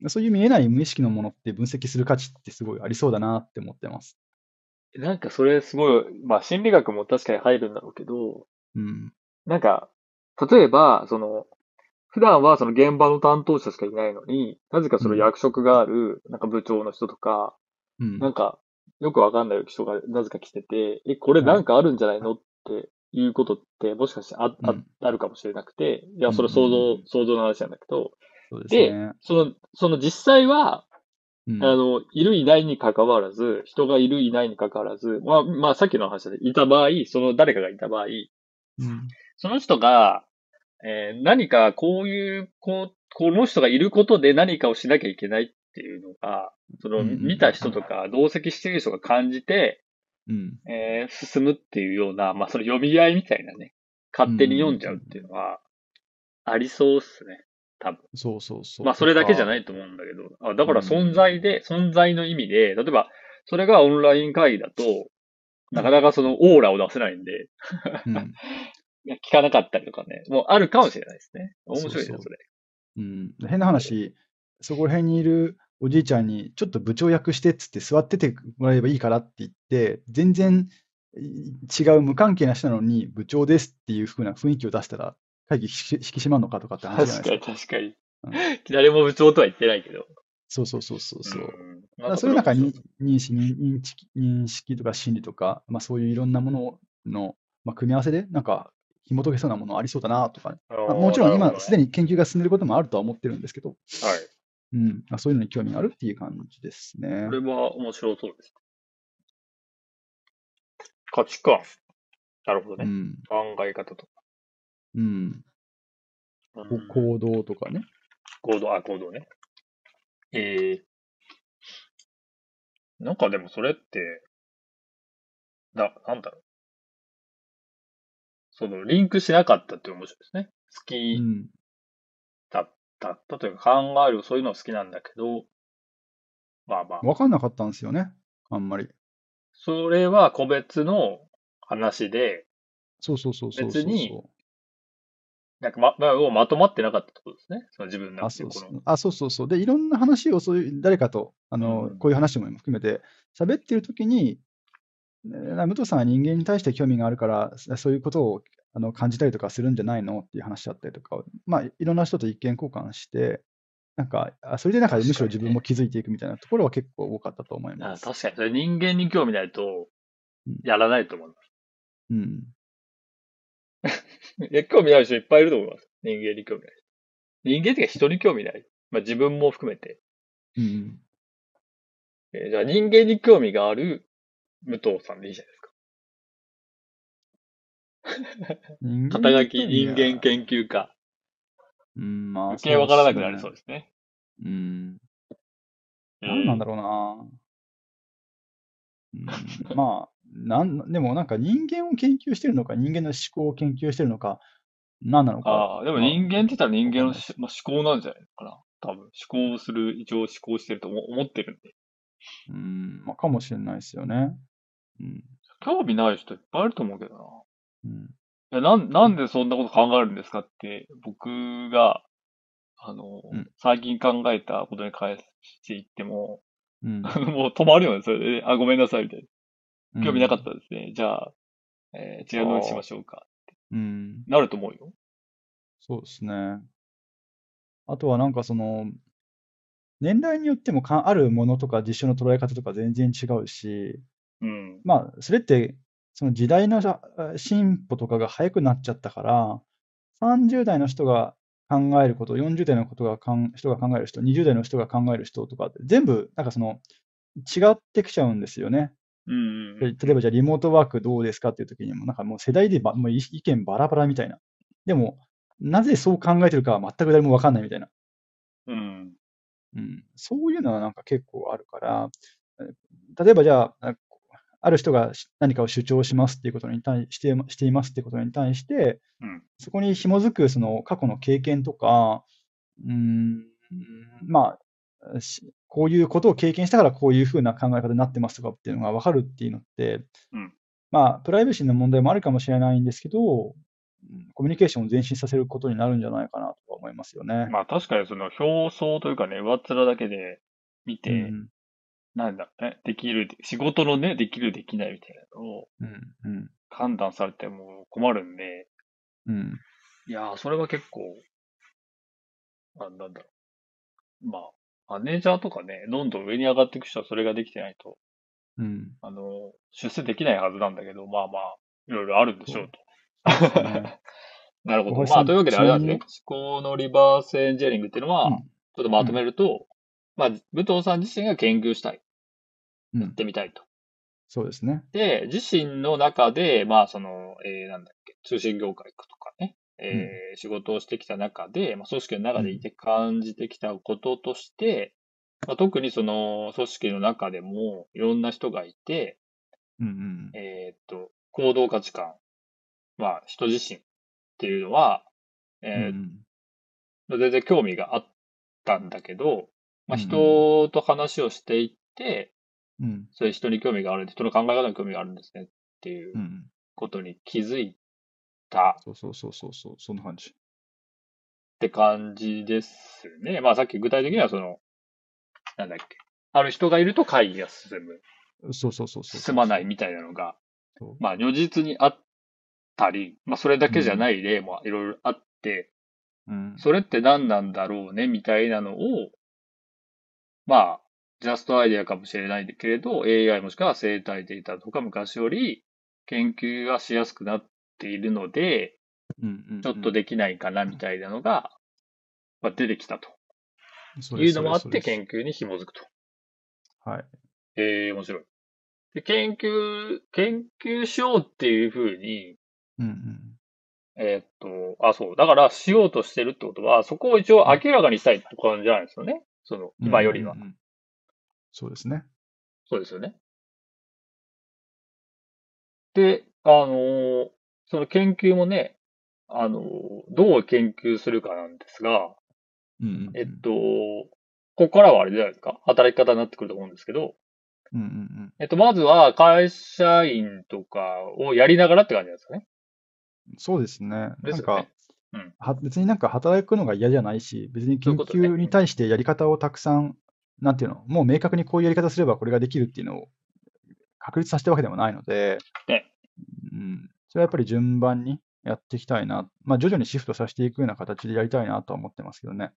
C: そういう見えない無意識のものって分析する価値ってすごいありそうだなって思ってます。
B: なんかそれすごい、まあ心理学も確かに入るんだろうけど、
C: うん。
B: なんか、例えば、その、普段はその現場の担当者しかいないのに、なぜかその役職がある、なんか部長の人とか、
C: うん。
B: なんか、よくわかんない人がなぜか来てて、え、これなんかあるんじゃないのっていうことって、もしかしてあ、あ
C: うん
B: あるかもしれなくて、いや、それ
C: うんう
B: 想
C: んうん
B: 像、想像の話なんだけど、
C: そうです
B: で
C: ね。、
B: その、その実際は、あ
C: うん。
B: の、いるいないに関わらず、人がいるいないに関わらず、まあ、まあ、さっきの話で、いた場合、その誰かがいた場合、
C: うん
B: その人が、えー何かこういう、こう、この人がいることで何かをしなきゃいけないっていうのが、その、
C: うんうん
B: 見た人とか、同席してる人が感じて、
C: うん。
B: えー進むっていうような、まあ、その読み合いみたいなね、勝手に読んじゃうっていうのは、ありそうっすね。
C: そうそうそう。。
B: まあ、それだけじゃないいと思うんだけど、あだから存在で、存在の意味で、例えば、それがオンライン会議だと、なかなかそのオーラを出せないんで、
C: うん。
B: いや聞かなかったりとかね、もうあるかもしれないですね。面白いです
C: そう
B: ね、
C: そう
B: それ。
C: うん、変な話、そこら辺にいるおじいちゃんに、ちょっと部長役してっつって座っててもらえばいいからって言って、全然えー違う無関係な人なのに、部長ですっていう風な雰囲気を出したら、会議し引き締まるのかとかって話じゃな
B: 確
C: いで
B: か
C: す
B: に確
C: か。
B: かに
C: う。
B: 誰も部長とは言ってないけど。
C: そうそうそうそうそう。
B: ん
C: だからそういう中、
B: な
C: に
B: んか
C: 認識認識認識とか心理とか、まあ、そういういろんなものの、まあ、組み合わせで、なんか紐解けそうなものありそうだなとかね、
B: それ面白い
C: まあもちろん今、すで
B: に。
C: に研究が進んでることもあるとは思ってるんですけど、
B: はい。
C: うん、あそういうのに興味があるっていう感じですね
B: こ。れは面白そうです。価値観。なるほど
C: う
B: ね。
C: ん
B: 考え方と
C: うん、
B: か。
C: こ行動とかね。
B: 行動、あ、行動ね。ええなんかでもそれって、な、なんだろう。その、リンクしなかったって面白いですね。好
C: う
B: き
C: ん、
B: だったというか、考える、そういうのは好きなんだけど、まあまあ、
C: 分かんなかったんですよね、あんまり。
B: それは個別の話で、
C: そうそうそうそうそ
B: 別
C: う
B: に
C: そ
B: なんかま、まをまとまってなかったってことですね。その自分
C: う。
B: の
C: あ、
B: 中
C: そ
B: で
C: う
B: こ
C: そ
B: の。
C: う。あ、そうそうそう。で、いろんな話をそういう誰かと、あの、
B: うん
C: こういう話も含めて喋ってるときに、ね武藤さんは人間に対して興味があるから、そそういうことをあの感じたりとかするんじゃないのっていう話だったりとか、まあ、いろんな人と意見交換して、なんか、あそれでなんかむしろ自分も気づいていくみたいなところは結構多かったと思い
B: あ
C: ます。
B: 確かに、それ人間に興味ないと
C: うん、
B: やらないと思います。
C: うん。
B: いや、興味ない人いっぱいいると思います。人間に興味ない人。人間っていうか人に興味ない。まあ自分も含めて。
C: うん。
B: えーじゃあ人間に興味がある武藤さんでいいじゃないですか。
C: 人間
B: 肩書き
C: 的
B: 人
C: には
B: 間研究家。
C: うん、まあ。
B: 余計わからなくなりそう
C: で
B: ですね。
C: すね。うん。
B: う
C: なんなんだろうな。うん、まあ、なん、でもなんか人間を研究してるのか、人間の思考を研究してるのか、何なのか。
B: ああ、でも人間って言ったら人間のし、まあ、思考なんじゃないのかな。多分、思考をする、一応思考してると思思ってるんで。
C: うん、まあ、かもしれないですよね。うん。
B: 興味ない人いっぱいいると思うけどな。
C: うん。
B: いや、なん、なんでそんなこと考えるんですかって、僕が、あの、
C: うん
B: 最近考えたことに返していっても、
C: うん。
B: もう止まるよね、それで。あ、ごめんなさい、みたい
C: うん
B: な。 興味なかっ。たですね。じゃあ、えー違うのにしましょうか。
C: うん。
B: なると思うよ。
C: そうですね。あとはなんかその、年代によってもかあるものとか実証の捉え方とか全然違うし、
B: うん。
C: まあ、それってその時代のさ進歩とかが早くなっちゃったから、30代の人が考えること、40代のことがかん人が考える人、20代の人が考える人とかって、全部、なんかその、違ってきちゃうんですよね。
B: うんうん
C: で例えばじゃあリモートワークどうですかっていう時にも、なんかもう世代でばもう意意見バラバラみたいな。でも、なぜそう考えてるかは全く誰もわかんないみたいな。
B: うん。
C: うん、そういうのはなんか結構あるから、え例えばじゃあ、あある人がし何かを主張しますっていうことに対して、していますっていうことに対して、
B: うん
C: そこに紐づくその過去の経験とか、うーん、まあ、しこういうことを経験したからこういうふうな考え方になってますとかっていうのが分かるっていうのって、
B: うん
C: まあ、プライバシーの問題もあるかもしれないんですけど、うんコミュニケーションを前進させることになるんじゃないかなとは思いますよね。
B: まあ確かにその表層というかね、上っ面だけで見て、
C: うん
B: なんだろうね、できる、仕事のね、できる、できないみたいなのを
C: うんうん
B: 判断されても困るんで、
C: うん
B: いやー、それは結構、あなんだろう。まあ、マネージャーとかね、どんどん上に上がっていく人はそれができてないと、
C: うん
B: あの、出世できないはずなんだけど、まあまあ、いろいろあるんでしょうと。
C: ね
B: なるほ
C: 小
B: ど。
C: 林
B: ま
C: さ
B: あ、
C: ん
B: というわけで、
C: ち
B: あ
C: な
B: れ
C: み
B: なん
C: に
B: ですね。思考のリバースエンジニアリングっていうのは、
C: うん
B: ちょっとまとめると、まあ、武藤さん自身が研究したい。
C: うん
B: やってみたいと。
C: そうで すね。
B: で、自身の中で、まあ、その、えー、なんだっけ、通信業界とかね、えー仕事をしてきた中で、まあ、組織の中でいて感じてきたこととして、まあ、特にその組織の中でもいろんな人がいて、
C: うん
B: えーっと、行動価値観、まあ、人自身っていうのは、
C: う
B: えー
C: ん。
B: 全然興味があったんだけど、まあ、
C: うんうん
B: 人と話をしていって、
C: うん。
B: そういう人に興味がある、人の考え方に興味があるんですねっていう
C: うん。
B: ことに気づいたっ
C: そうそうそうそうそう、そんな感じ。
B: て感じですね。まあさっき具体的にはその、なんだっけ。ある人がいると会議が進む、
C: そうそうそうそう。
B: 進まないみたいなのが、
C: そう。
B: まあ如実にあったり、まあそれだけじゃない例もいろいろあって、
C: うん。
B: それって何なんだろうねみたいなのを、まあ、ジャストアイデアかもしれないけれど、AI もしくは生体データとか昔より研究がしやすくなっているので、
C: うんうん
B: ちょっとできないかなみたいなのが、まあ、出てきたと
C: そ
B: いうのもあっ
C: そ
B: て
C: れそれ
B: 研究に紐づくと。
C: はい。
B: ええ面白い。で、研究、研究しようっていうふうに、
C: うんうん。
B: えーっと、あ、そう。だから、しようとしてるってことは、そこを一応明らかにしたいって感じじゃないですよね。その、今よりは
C: うん。うんうん。そうですね。
B: そうですよね。で、あのーその研究もね、あのーどう研究するかなんですが、
C: うんうんうん。
B: えっと、ここからはあれじゃないですか働き方になってくると思うんですけど、
C: うんうんうん。
B: えっと、まずは会社員とかをやりながらって感じなんですかね。
C: そうですね。
B: で
C: な
B: す
C: ん
B: よね
C: か
B: うん、
C: は別になんか働くのが嫌じゃないし、別に
B: そうい
C: 研
B: うことね
C: 究に対してやり方をたくさん、なんていうの、もう明確にこういうやり方すればこれができるっていうのを確立させたわけでもないので、
B: ね
C: うん、それはやっぱり順番にやっていきたいな、まあ、徐々にシフトさせていくような形でやりたいなとは思ってますけどね。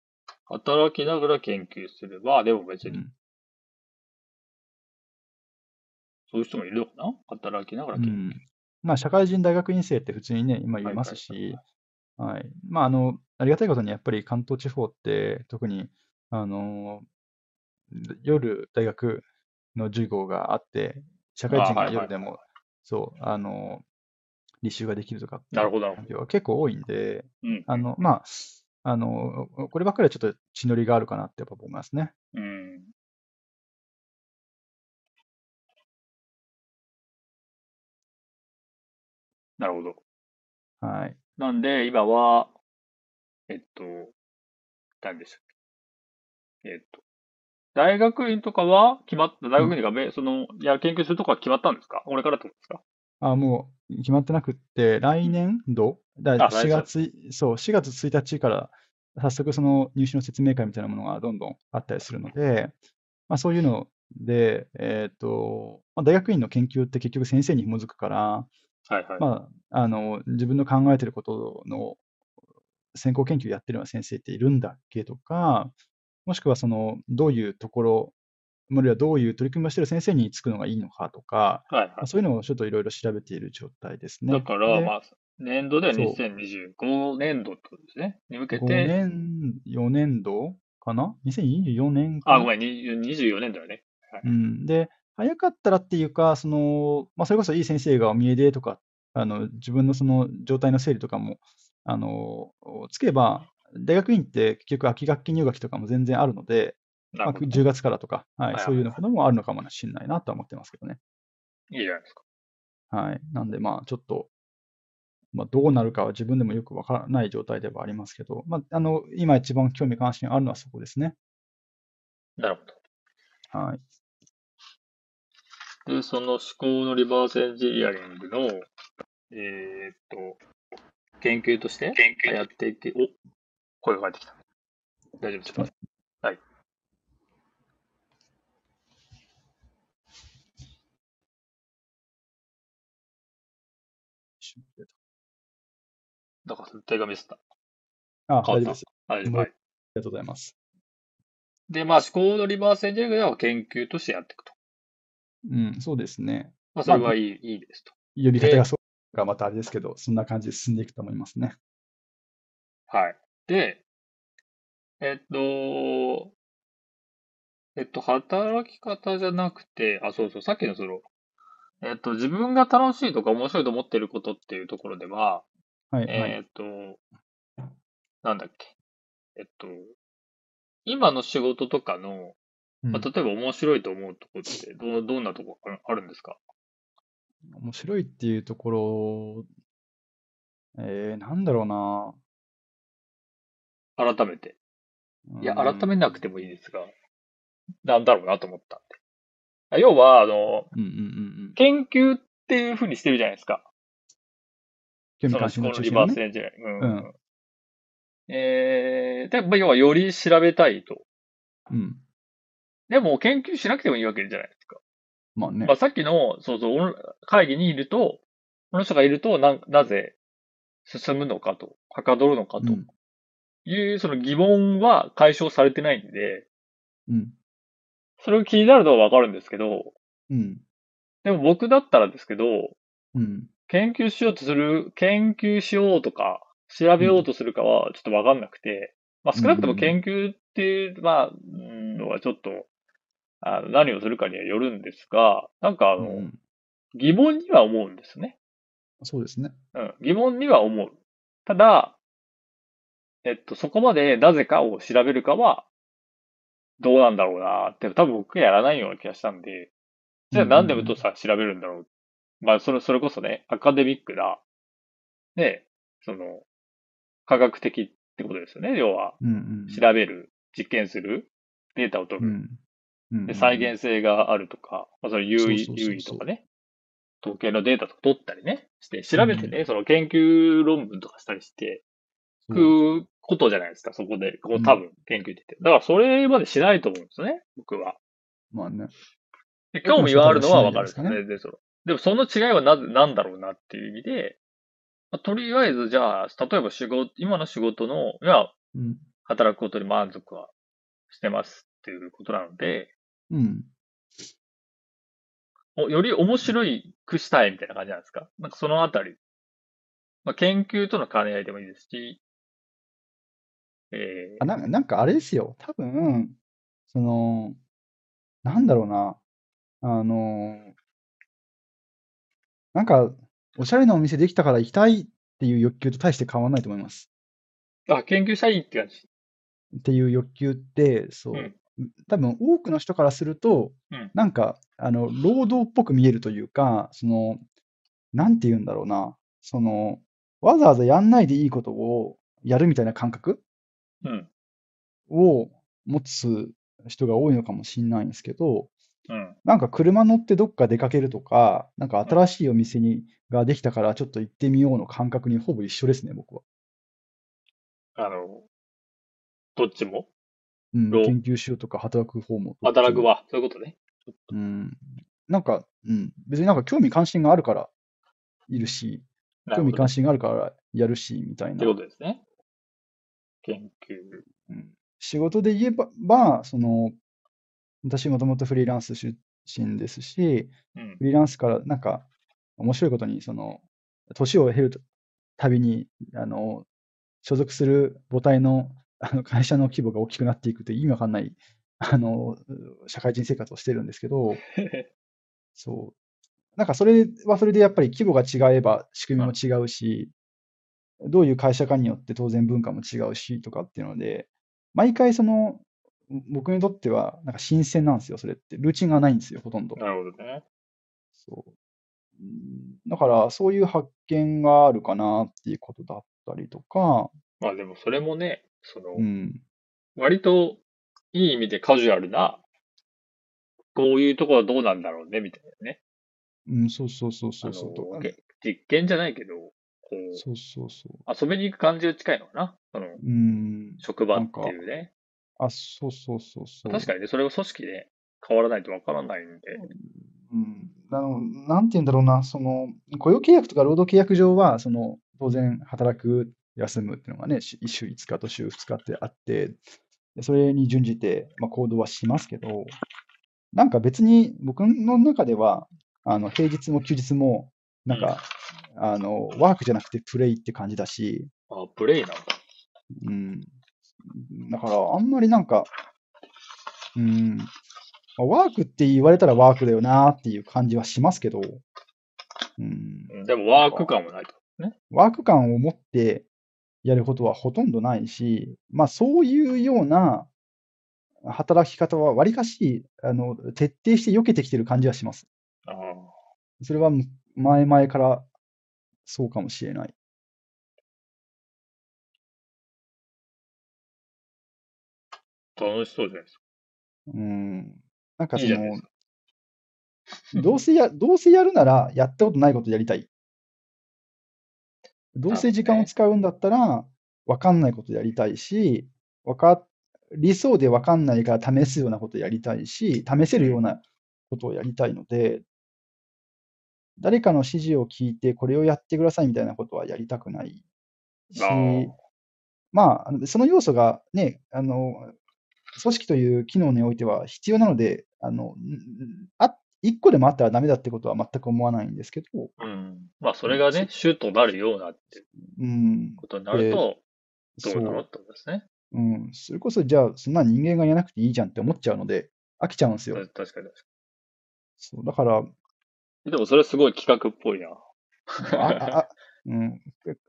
B: 働きながら研究すれば、でも別
C: う
B: に、
C: ん
B: そういう人もいるのかな働きながら
C: う
B: 研究。
C: んまあ、社会人大学院生って普通にね、今言います
B: はいはい
C: し、はいまあ、あのありがたいことにやっぱり関東地方って特にあの夜大学の授業があって、社会人
B: あは
C: が
B: いはい
C: 夜でもそうあの履修ができるとかって
B: なるほど、なるほ
C: 環境は結構多いんで、
B: ど。うん。
C: あのまあ、あのこればっかりはちょっと血のりがあるかなってやっぱ思いますね。
B: うん。なるほど。
C: はい。
B: なんで、今は、えっと、何でしたっけ。えっと、大学院とかは決まった、大学院とかべ、その、いや、研究するとこは決まったんですかこれからってことですか
C: あ、もう決まってなくって、来年度、だ
B: あ来
C: 4月い、そう、4月1日から、早速その入試の説明会みたいなものがどんどんあったりするので、まあそういうので、えっと、まあ、大学院の研究って結局先生に紐づくから、
B: はいはい。
C: まあ、あの、自分の考えてることの先行研究やってるような先生っているんだっけとか、もしくはその、どういうところ、あるいはどういう取り組みをしている先生につくのがいいのかとか、
B: はいは
C: まあそういうのをちょっといろいろ調べている状態です
B: い。
C: ね。
B: だから、
C: で
B: まあ、年度では
C: そう
B: 2025年度ってことですね。に向け
C: 5
B: て、
C: 年、4年度かな ?2024 年かな
B: あ、ごめん、に24年度だよね。
C: うん、で、早かったらっていうか、そのまあ、それこそいい先生がお見えでとか、あの自分のその状態の整理とかもあのつけば、大学院って結局、秋学期入学とかも全然あるので、
B: なる
C: ま
B: ほ
C: あ
B: ど。
C: 10月からとか、は
B: は
C: い
B: いはい
C: そういうのこともあるのかもしれないなとは思ってますけどね。
B: いいじゃないですか。
C: はい、なんで、まあ、ちょっと、まあ、どうなるかは自分でもよくわからない状態ではありますけど、まあ、あの今一番興味関心あるのはそこですね。
B: なるほ
C: はい、
B: ど。で、その思考のリバースエンジニアリングの、えーっと、研究としてやっていき、お、声が返ってきた。大丈夫ですかだから、手紙ですた。
C: あ
B: 変わ
C: 大
B: っ
C: 丈
B: た
C: 夫です。あ
B: はい、
C: うん
B: はい。
C: りがとうございます。
B: で、まあ、思考のリバースエンジニアリングでは研究としてやっていくと。
C: うん、そうですね。
B: まあ、それはいい、いいですと。
C: 呼び方
B: で
C: がそうかまたあれですけど、そんな感じで進んでいくと思いますね。
B: はい。で、えっと、えっと、働き方じゃなくて、あ、そうそう、さっきのその、えっと、自分が楽しいとか面白いと思ってることっていうところでは、
C: はい、はい。
B: えっと、なんだっけ。えっと、今の仕事とかの、
C: うん
B: まあ、例えば面白いと思うところってどう、どんなとこあるあるんですか
C: 面白いっていうところ、えー、なんだろうな。
B: 改めて。いや、改め
C: て。
B: なくてもいいですが、なんだろうなと思ったんであ。要は、あの、
C: うんうんうんうん。
B: 研究っていうふうにしてるじゃないですか。
C: 興味
B: その
C: 関
B: 思
C: 心
B: 考のリバ
C: の中心を
B: ース
C: ね。
B: エンジニアリング。う
C: うん
B: えー、で、まあ要はより調べたいと。
C: うん。
B: でも研究しなくてもいいわけじゃないですか。
C: まあ ね
B: まあ、。さっきの、そうそう、オン会議にいると、この人がいるとな、なぜ進むのかと、はかどるのか
C: うん
B: という、その疑問は解消されてないんで、
C: うん。
B: それを気になるのはわかるんですけど、
C: うん。
B: でも僕だったらですけど、
C: うん。
B: 研究しようとする、研究しようとか、調べようとするかはちょっとわかんなくて、まあ少なくとも研究っていう、まあ、うんのはちょっと、あの何をするかにはよるんですが、なんかあ
C: う
B: の、
C: ん
B: 疑問には思うんですね。
C: そうですね。
B: うん、疑問には思う。ただ、えっと、そこまでなぜかを調べるかは、どうなんだろうなって、多分僕はやらないような気がしたんで、じゃあ
C: うんうんう
B: なん
C: ん
B: で武藤さん調べるんだろう。まあ、それ、それこそね、アカデミックな、ね、その、科学的ってことですよね。要は、
C: うん
B: 調べる、実験する、データを取
C: うん。う
B: る、
C: ん。うん
B: で再。現性があるとか、まあ、それ優位
C: そうそうそうそう
B: 優位とかね、統計のデータとか取ったりね、して、調べてね、その研究論文とかしたりして、
C: そう
B: くことじゃないですか、そこで、こ
C: う
B: うん多分研究って言って。だからそれまでしないと思うんですよね、僕は。
C: まあね。
B: で興味はあるのはわかるんです
C: しない
B: ね、でそのでもその違いはなぜ、なんだろうなっていう意味で、まあとりあえずじゃあ、例えば仕事、今の仕事の、いや、
C: うん。
B: 働くことに満足はしてますっていうことなので、
C: うん。
B: おより面白くしたいみたいな感じなんですかなんかそのあたり。まあ、研究との兼ね合いでもいいですし、え
C: あなんかなんかあれですよ。多分、その、なんだろうな。あの、なんか、おしゃれなお店できたから行きたいっていう欲求と大して変わらないと思います。
B: ー、あ、研究者いいって感じ。
C: っていう欲求って、そう、
B: うん
C: 多分多くの人からすると、
B: うん
C: なんか、あの、労働っぽく見えるというか、その、なんて言うんだろうな。その、わざわざやんないでいいことをやるみたいな感覚
B: うん。
C: を持つ人が多いのかもしれないんですけど、
B: うん。
C: なんか車乗ってどっか出かけるとか、なんか新しいお店にができたからちょっと行ってみようの感覚にほぼ一緒ですね、僕は。
B: あの、どっちも
C: うん、
B: そう
C: 研究しようとか働く方も。
B: 働く。わ。そういうことね。
C: うん。なんか、うん、別になんか興味関心があるからいるし、
B: なる
C: 興
B: ほ
C: 味
B: ど、
C: 関
B: ね。
C: 心があるからやるし、みたい
B: っ
C: な
B: て。ことですね。研究。
C: うん仕事で言えば、ばその、私もともとフリーランス出身ですし、
B: うん
C: フ。リーランスからなんか面白いことにその年を経るたびにあの所属する母体のあの会社の規模が大きくなっていくという意味わかんないあの社会人生活をしてるんですけどそうなんかそれはそれでやっぱり規模が違えば仕組みも違うし、どういう会社かによって当然文化も違うしとかっていうので毎回その僕にとってはなんか新鮮なんですよそれってルーチンがないんですよほとんど。
B: なるほどね。
C: そう。うんだから、そういう発見があるかなっていうことだったりとか、
B: まあでもそれもね、その、
C: うん。
B: 割といい意味でカジュアルな、こういうところはどうなんだろうね、みたいなね。
C: うん、そうそうそうそうそう。
B: あ
C: と
B: のけ実験じゃないけど、こう、
C: そうそうそう。
B: 遊びに行く感じが近いのかな。その、
C: うん。
B: 職場っていうね。
C: あ、そうそうそうそう。
B: 確かにね、それは組織で変わらないとわからないんで。
C: うん、あのなんて言うんだろうな、その雇用契約とか労働契約上は、その当然働く、休むっていうのがね、し週5日と週2日ってあって、でそれに準じて、まあ、行動はしますけど、なんか別に僕の中では、あの平日も休日も、なんか、あのワークじゃなくてプレイって感じだし、
B: あ、プレイなんだ。
C: うん、だからあんまりなんか、うん、まあワークって言われたらワークだよなっていう感じはしますけど、うん、
B: うんでもワーク感はないと。
C: ワーク感を持ってやることはほとんどないし、まあそういうような働き方はわりかしあの徹底して避けてきてる感じはします。
B: ああ、
C: それはむ前々からそうかもしれない。
B: 楽しそうじゃないですか。
C: うん。なんか
B: いい
C: そ
B: じゃないで
C: の、どうせや、どうせやるならやったことないことやりたい。どうせ時間を使うんだったら、わかんないことやりたいし、わか、理想でわかんないから試すようなことやりたいし、試せるようなことをやりたいので、誰かの指示を聞いて、これをやってくださいみたいなことはやりたくないし
B: あー、
C: まああの、その要素がね、あの、組織という機能においては必要なので、あの、んんあ、一個でもあったらダメだってことは全く思わないんですけど、
B: うん。まあ、それがね、主となるようなって
C: うん、
B: ことになると、どうなのっ
C: う、
B: てことですね。
C: うん、それこそじゃあ、そんな人間がやらなくていいじゃんって思っちゃうので、飽きちゃうんですよ。
B: 確かに確か
C: そうだから、
B: に。でも、それすごい企画っぽいな。
C: あああうん、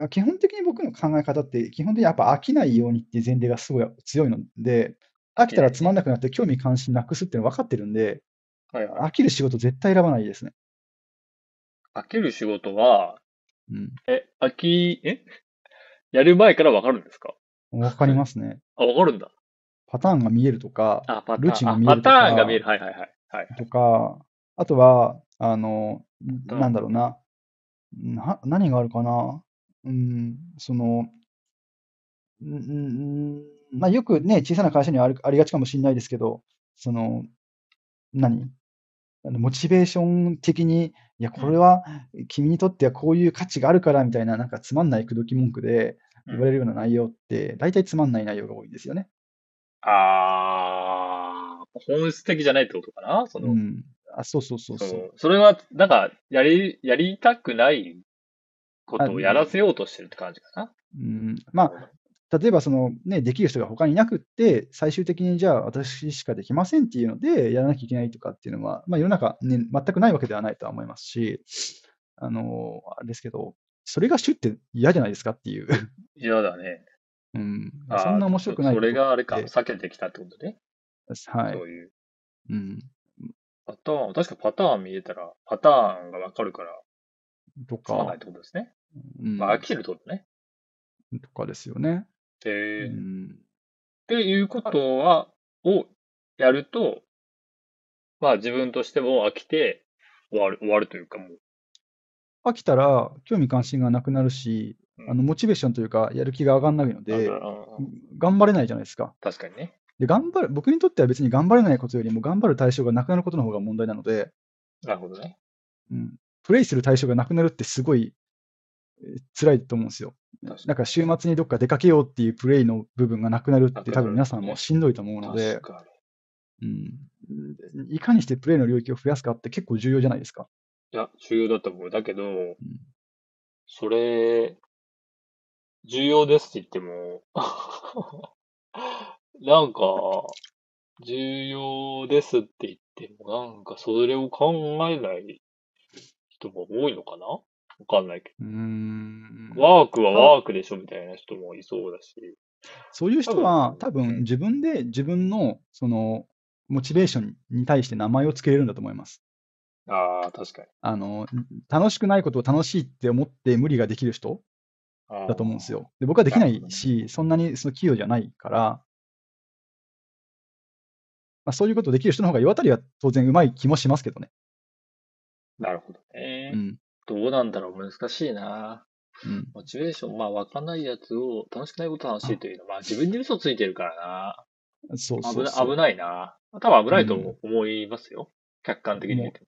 C: 基本的に僕の考え方って、基本的にやっぱ飽きないようにっていう前提がすごい強いので、飽きたらつまんなくなって興味関心なくすっていうの分かってるんで、
B: はいはい。
C: 飽きる仕事絶対選ばないですね。
B: 飽きる仕事は、
C: うん
B: え、飽き、えやる前からわかるんですか
C: わかりますね。
B: あ、わかるんだ。
C: パターンが見えるとか、
B: あ、パタ
C: ルチン
B: ー
C: が
B: ン。
C: 見
B: あパ
C: える
B: タ
C: とか
B: ーンが見える。はいはいはい。はい、
C: とか、あとは、あの、
B: ターン
C: なんだろうな。な、何があるかな。うん、その、うんうん、うんまあよくね、小さな会社にはあるありがちかもしれないですけど、その、何あのモチベーション的に、いや、これは君にとってはこういう価値があるからみたいな、なんかつまんない口説き文句で言われるような内容って、大体つまんない内容が多いんですよね。
B: あー、本質的じゃないってことかなその、
C: うん。あ、そうそうそう
B: そ
C: そう。
B: のそれは、なんか、やり、やりたくないことをやらせようとしてるって感じかな。
C: うん、まあ、例えばその、ね、できる人が他にいなくって、最終的にじゃあ私しかできませんっていうので、やらなきゃいけないとかっていうのは、まあ、世の中、ね、全くないわけではないとは思いますし、あのあれですけど、それが主って嫌じゃないですかっていう、
B: 嫌だね。
C: うん、
B: あー
C: そんな面白くない
B: そそれがあれか、
C: ことって
B: 避けてきたってことね。
C: はい
B: そういう。
C: うん、
B: パターン、確かパターン見えたら、パターンがわかるから、
C: と
B: つまんな
C: か
B: いっ、てことですね。
C: うん
B: まあ、飽きてるってことね。
C: とかですよね。
B: で、
C: うん
B: っていうことは、をやると、まあ自分としても飽きて終わる、終わるというかもう。
C: 飽きたら興味関心がなくなるし、あのモチベーションというか、やる気が上がらないので
B: あ、ああ
C: 頑張れないじゃないですか。
B: 確かにね。
C: で頑張る僕にとっては別に頑張れないことよりも頑張る対象がなくなることの方が問題なので、
B: なるほどね。
C: うん、プレイする対象がなくなるってすごいえー辛いと思うんですよ。
B: 確かに
C: なんか週末にどっか出かけようっていうプレイの部分がなくなるっ
B: なく
C: て
B: なる
C: 多分皆さんもしんどいと思うので、
B: 確か
C: うん、いかにしてプレイの領域を増やすかって結構重要じゃないですか。
B: いや、重要だと思う。だけど、それ、重要ですって言っても、 なんか、重要ですって言っても、なんかそれを考えない人も多いのかなわかんないけ
C: うん
B: ど。ワークはワークでしょみたいな人もいそうだし。
C: そういう人は多
B: うん
C: 分自分で自分のそのモチベーションに対して名前をつけれるんだと思います。
B: ああ、確かに。
C: あの楽しくないことを楽しいって思って無理ができる人
B: あー
C: だと思うんです。よ。で僕はできないし、そんなにその器用じゃないから、まあ、そういうことできる人の方が世渡りは当然うまい気もしますけどね。
B: なるほどね
C: う。ん
B: どうなんだろう難しいな。
C: うん、
B: モチベーション、まあ、わかんないやつを、楽しくないことを楽しいというのは、まあ、自分に嘘ついてるからな。
C: そう
B: 危
C: そう
B: な
C: そう
B: 危ないな。多分危ないと思思いますよ。客観的に見ても。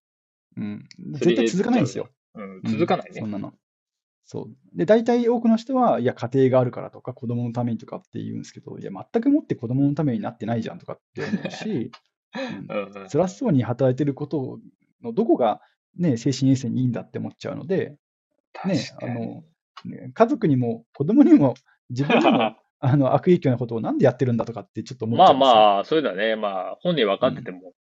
C: うん、
B: それ
C: 絶対続かないんですよ。
B: うん、
C: うん
B: 続かないね。
C: そんなの。そう。で、大体多くの人は、いや、家庭があるからとか、子供のためにとかって言うんですけど、いや、全くもって子供のためになってないじゃんとかって思 うし、うん
B: うんうん
C: 辛そうに働いてることのどこが、ね、精神衛生にいいんだって思っちゃうので、ね
B: 確かに
C: あのね家族にも子供にも自分に もあの悪影響なことをなんでやってるんだとかってちょっと思っち
B: まあ
C: ゃうんですよ。
B: まあ、そうい
C: あ
B: うのはね、まあ、本人分かってても、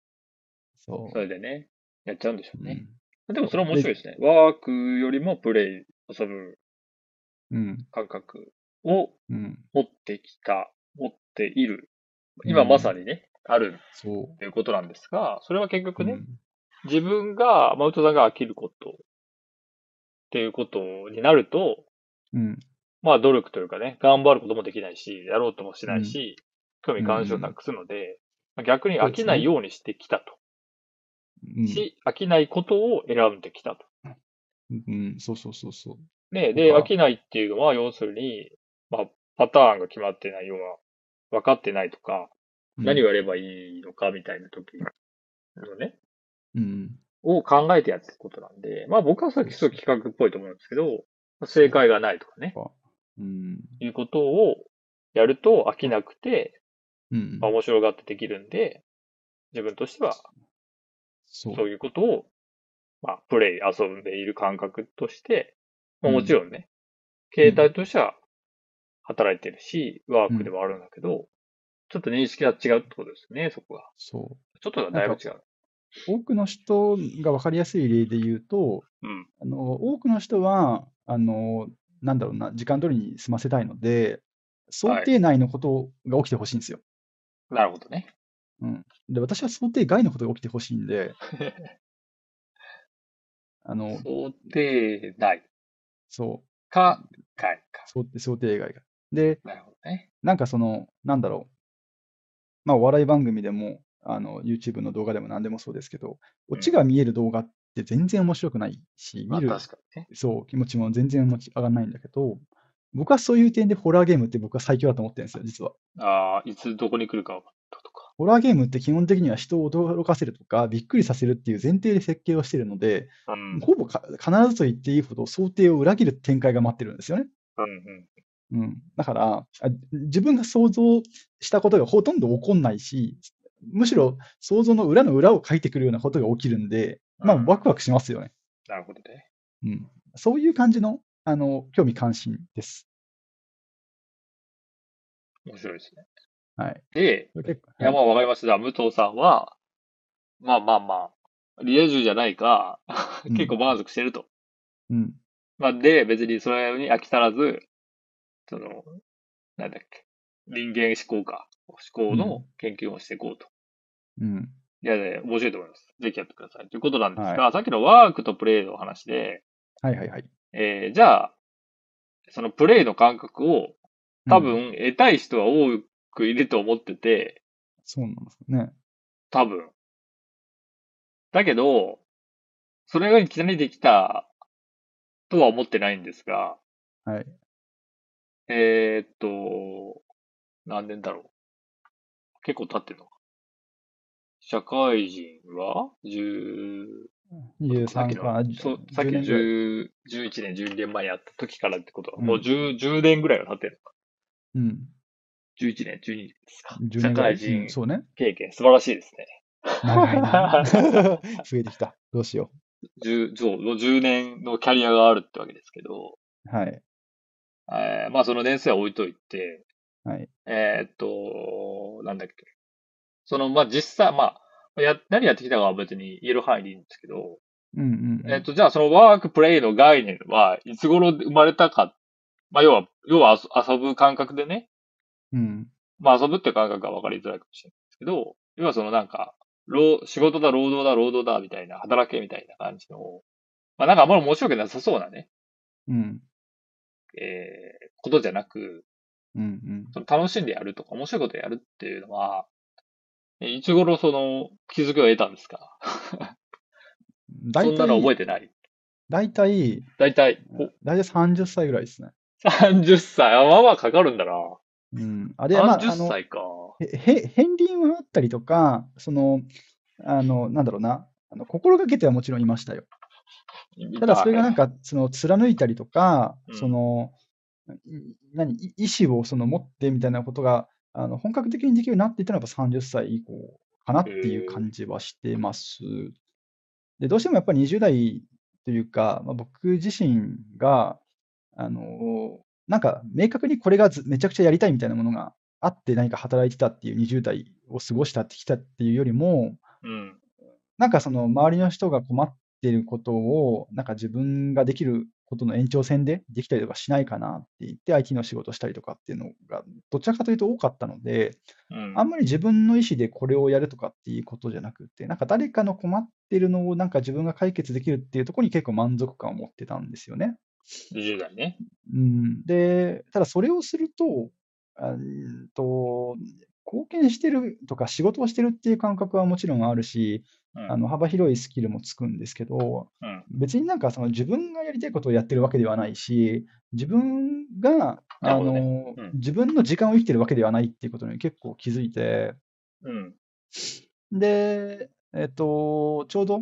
C: そ
B: それでね、やっちゃうんでしょ
C: う。
B: うね。でもそれは面白いですね。ワークよりもプレイ、遊ぶ
C: うん。
B: 感覚を
C: うん。うん。
B: 持ってきた、持っている。
C: うん
B: 今まさにね、ある
C: そ
B: ということなんですが、それは結
C: う。
B: 局ね、
C: うん
B: 自分が、マウントさんが飽きること、っていうことになると、
C: うん。
B: まあ努力というかね、頑張ることもできないし、やろうともしないし、興味関心をなくすので、まあ逆に飽きないようにしてきたと。
C: うん
B: し、飽きないことを選んできたと。
C: うん。そうそうそうそう。
B: ね、で、
C: あ
B: 飽きないっていうのは、要するに、まあ、パターンが決まってないような、分かってないとか、
C: うん
B: 何をやればいいのかみたいな時のね、
C: うん。
B: を考えてやってることなんで、まあ僕はさっきそう企画っぽいと思うんですけど、正解がないとかね、
C: うん。
B: いうことをやると飽きなくて、
C: うん
B: まあ、面白がってできるんで、自分としては
C: そう
B: そういうことを、まあ、プレイ、遊んでいる感覚として、まあ、
C: うん
B: もちろんね、携帯としては働いてるし、ワークでもあるんだけど、ちょっと認識が違うってことですね、そこが。
C: そ
B: ちょっとはだいぶ違う。
C: う。多くの人が分かりやすい例で言うと、
B: うん。
C: あの多くの人はあの、なんだろうな、時間通りに済ませたいので、想定内のことが起きてほしいんですよ、
B: なるほどね。
C: うん。で、私は想定外のことが起きてほしいん で、あの
B: 想定内
C: そう
B: か、外か。
C: 想定、想定外が。で、
B: なるほどね。
C: なんかその、なんだろう、まあ、お笑い番組でもあの、YouTube の動画でも何でもそうですけど、オチが見える動画って全然面白くないし、
B: まあ、
C: 見る
B: 確かにね。
C: そう、気持ちも全然持ち上がらないんだけど、僕はそういう点でホラーゲームって僕は最強だと思ってるんですよ、実は。
B: ああ、いつどこに来るか分かったとか。
C: ホラーゲームって基本的には人を驚かせるとか、びっくりさせるっていう前提で設計をしてるので、
B: うん。うん
C: ほぼか必ずと言っていいほど想定を裏切る展開が待ってるんですよね。
B: うん。
C: うん、だからあ、自分が想像したことがほとんど起こんないし、むしろ想像の裏の裏を書いてくるようなことが起きるんで、まあ、
B: うん
C: ワクワクしますよね。
B: なるほどね。
C: うん、そういう感じのあの興味関心です。
B: 面白いですね。
C: はい。
B: で、
C: 結構
B: いや、まあ、わかりました。武藤さんは、まあまあまあ、リア充じゃないか、
C: うん
B: 結構満足してると。
C: うん、
B: まあ、で、別にそれに飽き足らず、その、なんだっけ、人間思考か、思考の研究をしていこうと。
C: うん、
B: いやいや、面白いと思います。ぜひやってください。ということなんですが、さっきのワークとプレイの話で、
C: はいはいはい。
B: えーじゃあ、そのプレイの感覚を多
C: うん、
B: 分得たい人は多くいると思ってて、
C: そうなんですね。
B: 多分。だけど、それがいきなりできたとは思ってないんですが、
C: はい。
B: えーっと、何年だろう。結構経ってるのか。社会人は ?10、さっき
C: 23
B: の
C: から
B: そう
C: 10
B: さっきの
C: 年ぐらい
B: 10 11年、12年前にやった時からってことは、
C: うん
B: もう 10, 10年ぐらいは経ってるのか。
C: うん。
B: 11年、12年ですか。
C: 10
B: 社
C: 年ぐらい
B: 会人
C: うんそ うね。
B: 経験、素晴らしいです ね。
C: 長いな。 増えてきた。どうしよ
B: 10, そう10年のキャリアがあるってわけですけど、
C: う。はい。
B: えーまあその年数は置いといて、
C: はい。
B: えーっと、なんだっけ。その、まあ実際、まあ、や、何やってきたかは別に言える範囲でいいんですけど、
C: うんうん、うん。
B: えーっと、じゃあそのワークプレイの概念はいつ頃生まれたか、まあ要は、要は遊遊ぶ感覚でね、
C: うん。
B: まあ遊ぶって感覚は分かりづらいかもしれないですけど、要はそのなんか、労仕事だ、労働だ、労働だ、みたいな、働けみたいな感じの、まあなんかあんまり面白くなさそうなね、
C: うん。
B: えーことじゃなく、
C: うんうん。
B: その楽しんでやるとか、面白いことやるっていうのは、えいつ頃その気づきを得たんですかそ
C: 大
B: んなの覚えて
C: 体、
B: ない。
C: 大体、
B: 大体、
C: 大体30歳ぐらいですね。
B: お30歳。あまあまあかかるんだな。
C: うん。あれ、まあ、あ
B: 30
C: の、
B: 歳か。
C: へ、へ、片鱗はあったりとか、その、あの、なんだろうな、あの心がけてはもちろんいましたよ。ただ、それがなん
B: か、
C: か、その、貫いたりとか
B: う、ん
C: その、い何、い意志をその持ってみたいなことが、あの、本格的にできるようになっていったのはやっぱ30歳以降かなっていう感じはしてます。で、どうしてもやっぱり20代というか、まあ、僕自身が、あの、なんか明確にこれがずめちゃくちゃやりたいみたいなものがあって何か働いてたっていう20代を過ごしたってきたっていうよりも、
B: うん。
C: なんかその周りの人が困ってることを、なんか自分ができることの延長線でできたりとかしないかなって言って、IT の仕事したりとかっていうのが、どちらかというと多かったので、
B: うん。
C: あんまり自分の意思でこれをやるとかっていうことじゃなくて、なんか誰かの困ってるのをなんか自分が解決できるっていうところに結構満足感を持ってたんですよね。
B: 20代ね。
C: うん、で、ただそれをすると、あうーんと、貢献してるとか仕事をしてるっていう感覚はもちろんあるし、
B: うん
C: あの幅広いスキルもつくんですけど、
B: うん
C: 別になんかその自分がやりたいことをやってるわけではないし、自分が、
B: な
C: あ
B: るほどね
C: の
B: うん
C: 自分の時間を生きてるわけではないっていうことに結構気づいて、
B: うん。
C: で、えっと、ちょうど、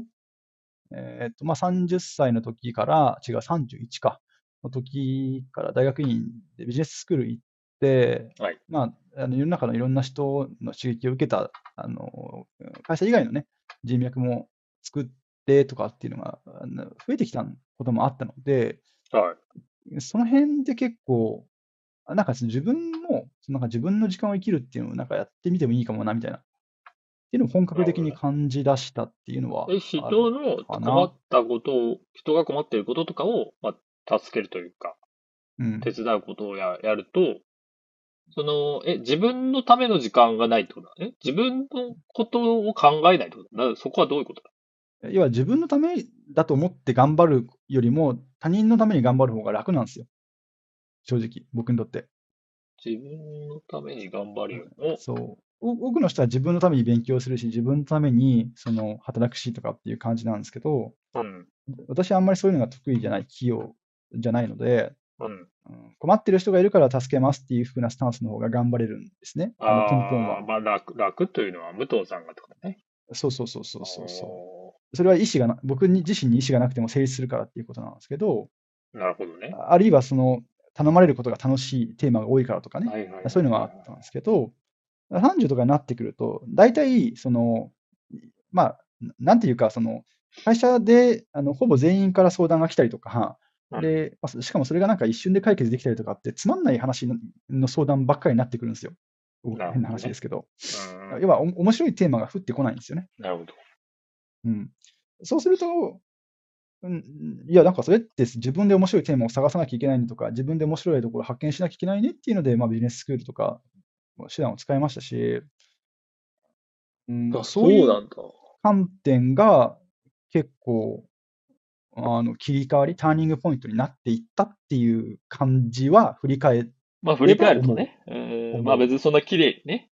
C: えっと、まあ、30歳の時から、違う、31か、の時から大学院でビジネススクール行って、
B: はい
C: まあ、あの世の中のいろんな人の刺激を受けた、あの、会社以外のね、人脈も作ってとかっていうのが、あの増えてきたこともあったので、
B: はい。
C: その辺で結構、あなんかその自分も、そのなんか自分の時間を生きるっていうのをなんかやってみてもいいかもな、みたいな。っていうのを本格的に感じ出したっていうのはあ
B: え、
C: る。
B: 人の困ったことを、人が困っていることとかを、まあ、助けるというか、
C: うん
B: 手伝うことをややると、その、え、自分のための時間がないってことだね。自分のことを考えないってことだ。なそこはどういうことだ
C: 要は自分のためだと思って頑張るよりも、他人のために頑張る方が楽なんですよ。正直、僕にとって。
B: 自分のために頑張るよりも、
C: そう。お多くの人は自分のために勉強するし、自分のためにその働くしとかっていう感じなんですけど、
B: うん、
C: 私はあんまりそういうのが得意じゃない、器用じゃないので、
B: うん。
C: うん困ってる人がいるから助けますっていう風なスタンスの方が頑張れるんですね。あの
B: あ
C: 根本は
B: あ、。まあ、楽、楽というのは武藤さんがとかね。
C: そうそうそうそうそうそ
B: お
C: う。それは意思がな、僕に自身に意思がなくても成立するからっていうことなんですけど、
B: ーなるほどね。
C: あるいはその頼まれることが楽しいテーマが多いからとかね、
B: はいはい、
C: そういうのはあったんですけど、30とかになってくると、大体、その、まあ、ななんていうか、その、会社であのほぼ全員から相談が来たりとか、
B: うん
C: でまあしかもそれがなんか一瞬で解決できたりとかって、つまんない話のの相談ばっかりになってくるんですよ。
B: なるほどね
C: 変な話ですけど。
B: うんうん
C: 要はお、面白いテーマが降ってこないんですよね。
B: なるほど。
C: うん、そうすると、うん、いや、なんかそれって自分で面白いテーマを探さなきゃいけないのとか、自分で面白いところを発見しなきゃいけないねっていうので、まあ、ビジネススクールとかまあ手段を使いましたし、うん、そうい
B: な
C: うん
B: だ。
C: 観点が結構、あの切り替わり、ターニングポイントになっていったっていう感じは振り返って、
B: まあ、振り返るとね。うんまあ、別にそんな綺麗にね、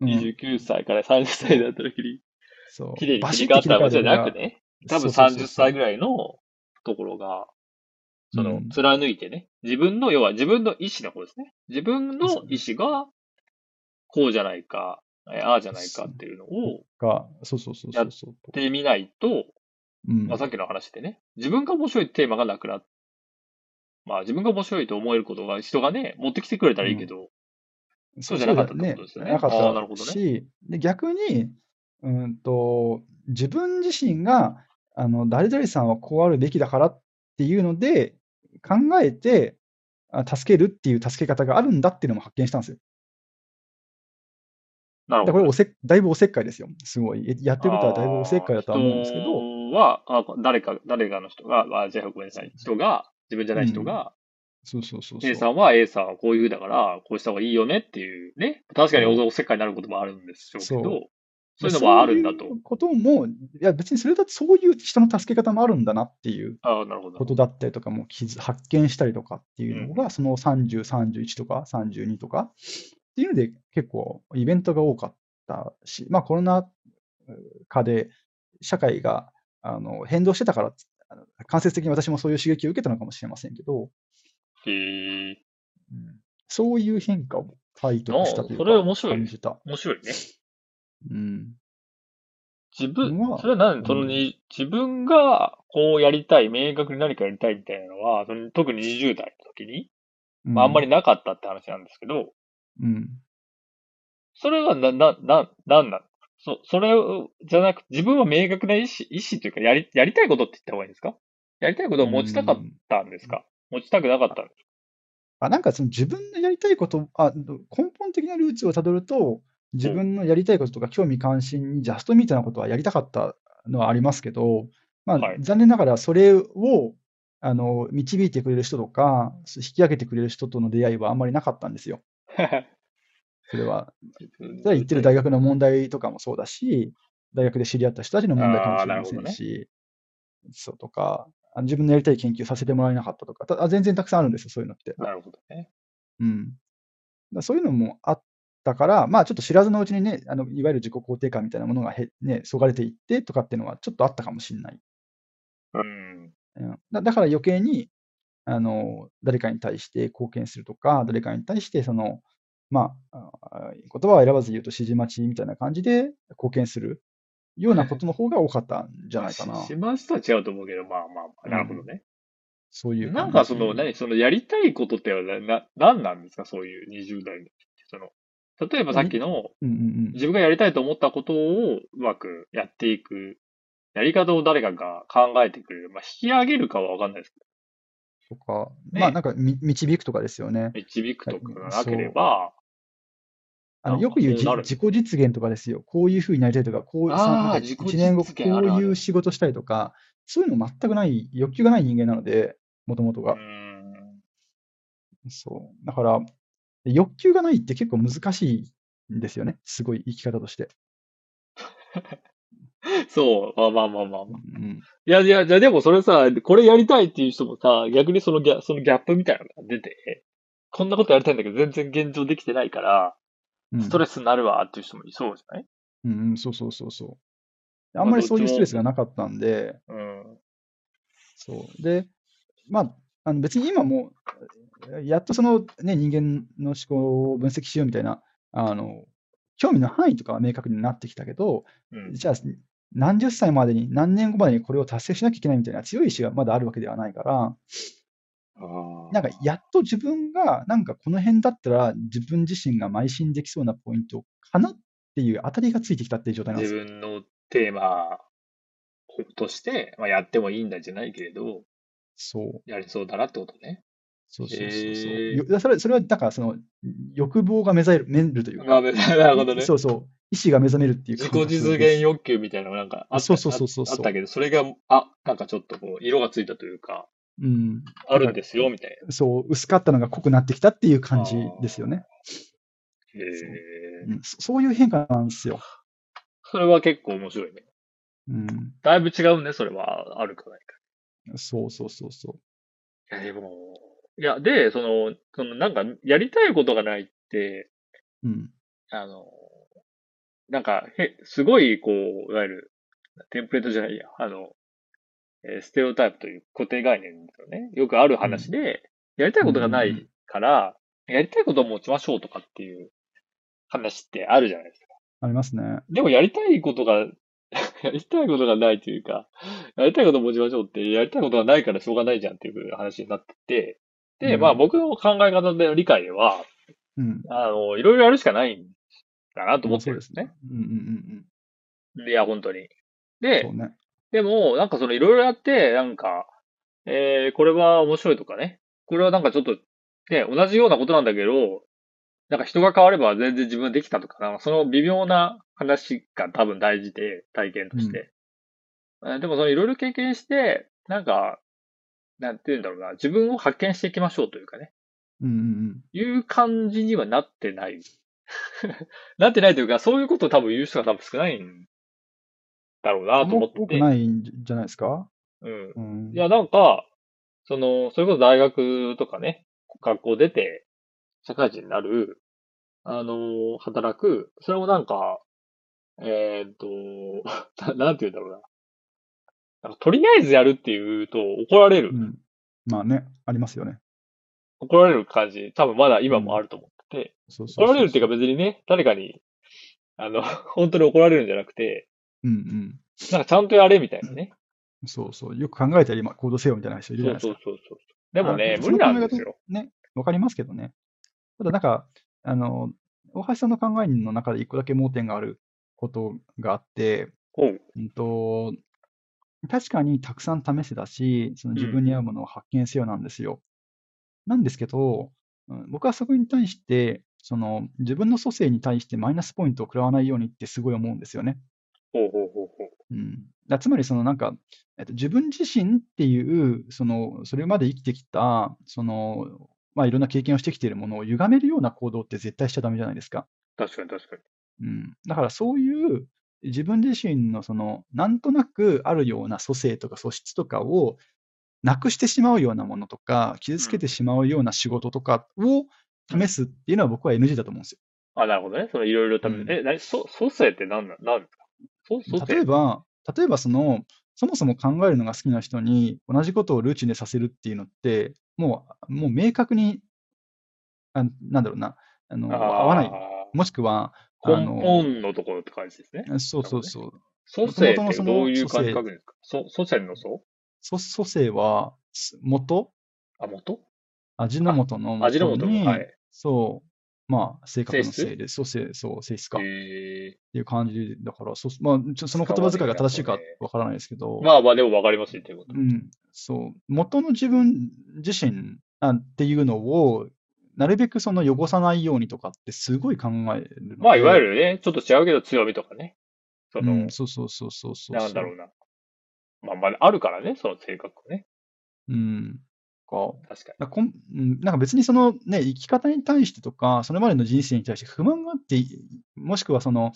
C: うん、
B: 29歳から30歳だったらきり、
C: そう
B: 綺麗に
C: バ
B: 切り
C: シッ
B: 替わ
C: と
B: ったわけじゃ
C: るの
B: な
C: が
B: くね、多分
C: そうそうそう
B: 30歳ぐらいのところが、その
C: うん、
B: 貫いてね、自分の、要は自分の意思の方ですね。自分の意思が、こうじゃないか、えーああじゃないかっていうのを、
C: がそうそうそうそうそう。
B: でみないと、
C: うん
B: まあ、さっきの話でね、自分が面白いテーマがなくなっまあ自分が面白いと思えることが人がね、持ってきてくれたらいいけど、そうじゃなかったってことですよね
C: なかっ
B: あーなるほ
C: た
B: どね
C: し、で逆に、うんと、自分自身が、あの、誰々さんはこうあるべきだからっていうので、考えて、あ助けるっていう助け方があるんだっていうのも発見したんですよ。
B: なる
C: だ
B: ほど。
C: からこれおせ、だいぶおせっかいですよ。すごい。えやってることはだいぶおせっかいだとは思うんですけ
B: あ
C: ど、
B: ー人は、あ誰か、誰かの人が、あ、じゃあごめんなさい、人が、自分じゃない人が、
C: そうそうそう
B: A
C: そ
B: さ
C: う。
B: んは A さんはこういうだから、こうした方がいいよねっていうね。確かにおおせっかいになることもあるんでしょうけど、
C: そ
B: そ
C: う
B: ういうのもあるんだと
C: そうい。うことも、いや別にそれだってそういう人の助け方もあるんだなっていう
B: ああ、なるほど。
C: ことだったりとかも気づ発見したりとかっていうのが、その30、31とか32とかっていうので結構イベントが多かったし、まあコロナうー禍で社会があの変動してたから、あの間接的に私もそういう刺激を受けたのかもしれませんけど、
B: へー
C: うんそういう変化を体得したという
B: あそ
C: か、
B: れ面白い
C: 感じた。
B: 面白いね。
C: うん。
B: 自分
C: ま、あ
B: それは何、
C: ん
B: そのに、自分がこうやりたい、明確に何かやりたいみたいなのは、その特に20代の時に、まあ、あんまりなかったって話なんですけど、
C: うん。
B: それはな、な、な、なんなのそ、それをじゃなく、自分は明確な意思、意思というか、やり、やりたいことって言った方がいいんですかやりたいことを持ちたかったんですか、持ちたくなか ったんですか
C: あなんかその自分のやりたいことあ、ど根本的なルーツをたどると、自分のやりたいこととか興味関心にジャストミートなことはやりたかったのはありますけど、まあ
B: はい、
C: 残念ながらそれをあの導いてくれる人とか、引き上げてくれる人との出会いはあんまりなかったんですよ。それは、それは言ってる大学の問題とかもそうだし、大学で知り合った人たちの問題かもしれませんし、そうとか、あの自分のやりたい研究させてもらえなかったとか、たあ全然たくさんあるんですよ、そういうのって。
B: なるほどね。
C: うん、だからそういうのもあったから、まあ、ちょっと知らずのうちにね、あのいわゆる自己肯定感みたいなものがへ、ね、そがれていってとかっていうのはちょっとあったかもしれない。
B: うん。
C: うん、だだから余計にあの誰かに対して貢献するとか、誰かに対してその、まあ、あ言葉を選ばず言うと指示待ちみたいな感じで貢献するようなことの方が多かったんじゃないかな。
B: しましたは違うと思うけど、まあまあまあ、なるほどね。
C: そういう
B: なん
C: 感じ
B: かその、何、そのやりたいことってな、な、何なんですかそういう20代の時って。その、例えばさっきの、
C: うんうんうん、
B: 自分がやりたいと思ったことをうまくやっていく、やり方を誰かが考えてくれる。まあ、引き上げるかはわかんないですけど、
C: とか、
B: ね
C: まあなんかみ導くとかですよね。
B: 導くとかがなければ、
C: あの
B: なんか
C: よく言う
B: そう
C: じ
B: なる
C: 自己実現とかですよ。こういうふうになりたいとか、こう
B: あー
C: さん
B: 自己
C: 一年後こ
B: 実現あるあ
C: う
B: る
C: いう仕事したいとか、そういうの全くない、欲求がない人間なので、もともと
B: う
C: が
B: ー。ん。
C: そう。だから、欲求がないって結構難しいんですよね。すごい生き方として。
B: そう、まあまあまあまあまあ。
C: うん、
B: いやいや、じゃでもそれさ、これやりたいっていう人もさ、逆にそのギャそのギャップみたいなのが出て、こんなことやりたいんだけど全然現状できてないから、
C: うん
B: ストレスになるわっていう人もいそうじゃない
C: うんうん、そうそうそうそう。
B: あ
C: あんまりそうい
B: ど
C: う
B: っちも
C: ストレスがなかったんで、
B: うん。
C: そう。で、まあ、あの別に今もう、やっとその、ね、人間の思考を分析しようみたいな、あの、興味の範囲とかは明確になってきたけど、
B: うん。
C: じゃあ、何十歳までに、何年後までにこれを達成しなきゃいけないみたいな強い意志がまだあるわけではないから、なんかやっと自分が、なんかこの辺だったら自分自身が邁進できそうなポイントかなっていう当たりがついてきたっていう状態なんで
B: 自
C: すよ。
B: 分のテーマとして、まあ、やってもいいんだじゃないけれど、
C: そう。
B: やりそうだなってことね。
C: そうそうそうそう。
B: へー
C: よだそれそれは、だからその欲望が目覚める目覚めるというか、
B: まあ、別になるほどね。
C: そうそう。意志が目覚めるっていう
B: 自
C: 感
B: 己
C: 覚
B: 実現欲求みたいなのがなんかあった
C: そうそうそうそう
B: ああったけど、それが、あ、なんかちょっとこう、色がついたというか、
C: うん。
B: あるんですよ、みたいな。
C: そう、薄かったのが濃くなってきたっていう感じですよね。
B: へ
C: そう
B: え。
C: うん、そそういう変化なんですよ。
B: それは結構面白いね。
C: うん。
B: だいぶ違うね、それは。あるかない
C: そうそうそうそ
B: か。いや、でも、いや、で、その、その、なんか、やりたいことがないって、
C: う。うん。
B: あの、なんか、へ、すごい、こう、いわゆる、テンプレートじゃないや、あの、えーステレオタイプという固定概念ですよね。よくある話で、やりたいことがな
C: うんうんう
B: いから、やりたいことを持ちましょうとかっていう話ってあるじゃないですか。
C: ありますね。
B: でも、やりたいことが、 やりたいことがないというか、やりたいことを持ちましょうって、やりたいことがないからしょうがないじゃんっていう話になってて、で、
C: うん
B: まあ僕の考え方での理解では、
C: うん。
B: あの、いろいろやるしかないんだなと思ってるんですね。
C: うんうんうん
B: いや、本当に。
C: うん。
B: で
C: そ、うね。
B: でも、なんかそのいろいろやって、なんか、えー、これは面白いとかね。これはなんかちょっと、ね、同じようなことなんだけど、なんか人が変われば全然自分できたとか、なんかその微妙な話が多分大事で、体験として。えーでもそのいろいろ経験して、なんか、なんて言うんだろうな、自分を発見していきましょうというかね、
C: うんうん
B: いう感じにはなってない。 なってないというか、そういうことを多分言う人が多分少ないんだろう
C: うん。
B: なと思っ
C: 多
B: て
C: く
B: て。
C: ないんじゃないですか
B: うん。
C: うん。
B: いや、なんか、その、それこそ大学とかね、学校出て、社会人になる、あの、働く、それもなんか、えーっと、 ななんて言うんだろうな。なんかとりあえずやるっていうと怒られる
C: う。ん。まあね、ありますよね。
B: 怒られる感じ、多分まだ今もあると思ってて、
C: そうそう
B: 怒
C: そう
B: られるっていうか別にね、誰かに、あの、 本当に怒られるんじゃなくて、
C: うんうん。
B: なんかちゃんとやれみたいなね。
C: そうそう。よく考えたら今、行動せよみたいな人いるじゃ
B: そ
C: ないうです
B: そう
C: か。
B: そうそう。でもね
C: あ、
B: 無理なんですよ。
C: ね、わかりますけどね。ただなんか、あの、大橋さんの考えの中で一個だけ盲点があることがあって、
B: ほう。
C: うんと、確かにたくさん試せたし、その自分に合うものを発見せよなんですよ。なんですけど、うん僕はそこに対して、その自分の蘇生に対してマイナスポイントを食らわないようにってすごい思うんですよね。
B: ほうほうほうほう。
C: うん、だつまりそのなんか、えっと、自分自身っていうそのそれまで生きてきたその、まあ、いろんな経験をしてきているものを歪めるような行動って絶対しちゃダメじゃないですか。
B: 確かに確かに。
C: うん、だからそういう自分自身のそのなんとなくあるような蘇生とか素質とかをなくしてしまうようなものとか傷つけてしまうような仕事とかを試すっていうのは僕は NG だと思うんですよ。
B: あ、なるほどね。そのいろいろ多分、
C: うん
B: え、なに、そ、蘇生って何な、なんですかそ蘇生
C: 例えば、例えばその、そもそも考えるのが好きな人に同じことをルーチンでさせるっていうのって、もう、もう明確に、あなんだろうな、あの合わない。
B: あ
C: もしくは、あ
B: ー根
C: の、
B: 本のところって感じですね。
C: そうそうそう。
B: 蘇生っ
C: 元々
B: て
C: その
B: どういう感じ
C: 蘇生
B: 書くんですか蘇蘇生の蘇
C: そ蘇生は、す元
B: あ、元
C: 味の素の
B: 味の素
C: 元
B: の
C: に、
B: はい
C: そう、まあ、性格の
B: 性質
C: 性で、蘇生、そう、性質か。っ
B: え
C: ていう感じだから、そうまあ、ちょその言葉遣いが正しいかわからないですけど
B: ー、まあまあでもわかりますよっていうこと
C: う。ん、そう、元の自分自身あっていうのを、なるべくその汚さないようにとかってすごい考えるので。
B: まあいわゆるね、ちょっと違うけど強みとかね。そ
C: うん、
B: の、
C: そうそうそうそうそう。
B: なんだろうな。まあまああるからね、その性格ね。
C: う。うん。か
B: 確かに。
C: だこんうんなんか別にそのね、生き方に対してとか、それまでの人生に対して不満があって、もしくはその、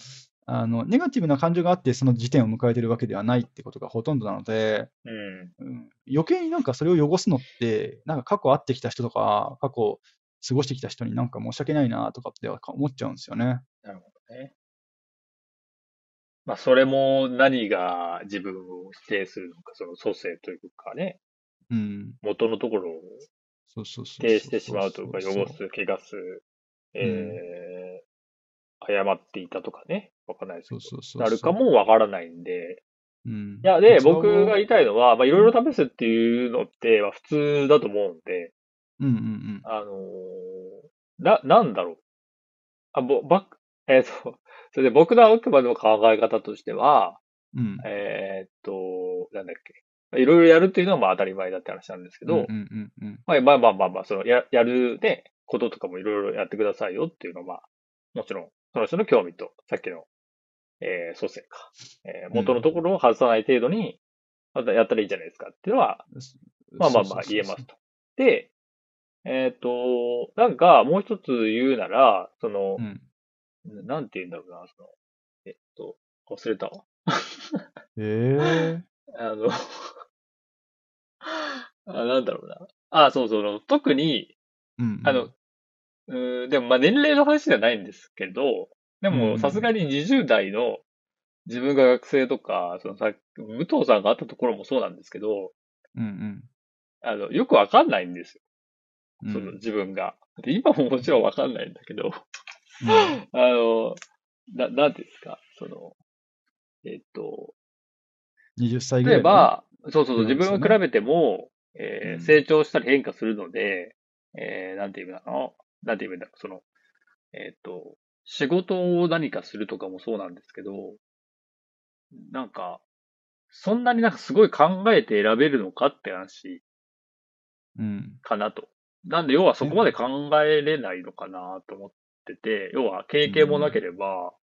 C: あの、ネガティブな感情があって、その時点を迎えてるわけではないってことがほとんどなので、
B: うん。
C: うん余計になんかそれを汚すのって、なんか過去会ってきた人とか、過去過ごしてきた人になんか申し訳ないなとかっては思っちゃうんですよね。
B: まあそれも何が自分を否定するのか、その蘇生というかね、
C: うん。
B: 元のところを
C: そうそうそうそう。
B: 否定してしまうというか、
C: そうそう
B: 汚す、怪我す、えー、誤っていたとかね、わかんないですけ
C: そう
B: ど。
C: そうそう。
B: なるか。もわからないんで。
C: うん。
B: いや、で、
C: それを
B: 僕が言いたいのは、まあ、いろいろ試すっていうのって、まあ普通だと思うんで、
C: うんうんうん。
B: あのーな、なんだろう。あ、ぼ、ば、えっ、と、それで僕のあくまでも考え方としては、
C: うん。
B: えーっと、なんだっけ。いろいろやるっていうのはまあ当たり前だって話なんですけど、
C: うんうんうんうん。
B: まあまあまあまあまあ、そのや、やるね、こととかもいろいろやってくださいよっていうのは、まあ、もちろん、その人の興味と、さっきの、えー、蘇生か、えー元のところを外さない程度に、またやったらいいじゃないですかっていうのは、まあまあまあ言えますと。で、えーっと、なんか、もう一つ言うなら、その
C: う、ん。
B: なんて言うんだろうな、その、えっと、忘れたわ。
C: ええ。
B: あの あ、なんだろうな。あ、そうそう、特に、
C: うんうん
B: あの、、うーん、でもまあ年齢の話じゃないんですけど、で
C: う
B: も
C: ん
B: さすがに20代の自分が学生とか、そのさっき、武藤さんがあったところもそうなんですけど、
C: うん
B: あの、よくわかんないんです
C: うん。
B: よ、
C: う
B: そ
C: ん
B: の自分が。で今ももちろんわかんないんだけど、
C: うん
B: あの、な、なんていうんですか、その、えっと、
C: 20歳ぐら
B: 例
C: い。
B: え、ば、そうそうそう、
C: なん
B: 自
C: ですよね
B: 分が比べても、えー
C: うん
B: 成長したり変化するので、えーなんて言うんだろう、なんて言うんだろう、その、えっ、と、仕事を何かするとかもそうなんですけど、なんか、そんなになんかすごい考えて選べるのかって話
C: うん。
B: かなと。なんで、要はそこまで考えれないのかなと思ってて、要は経験もなければ、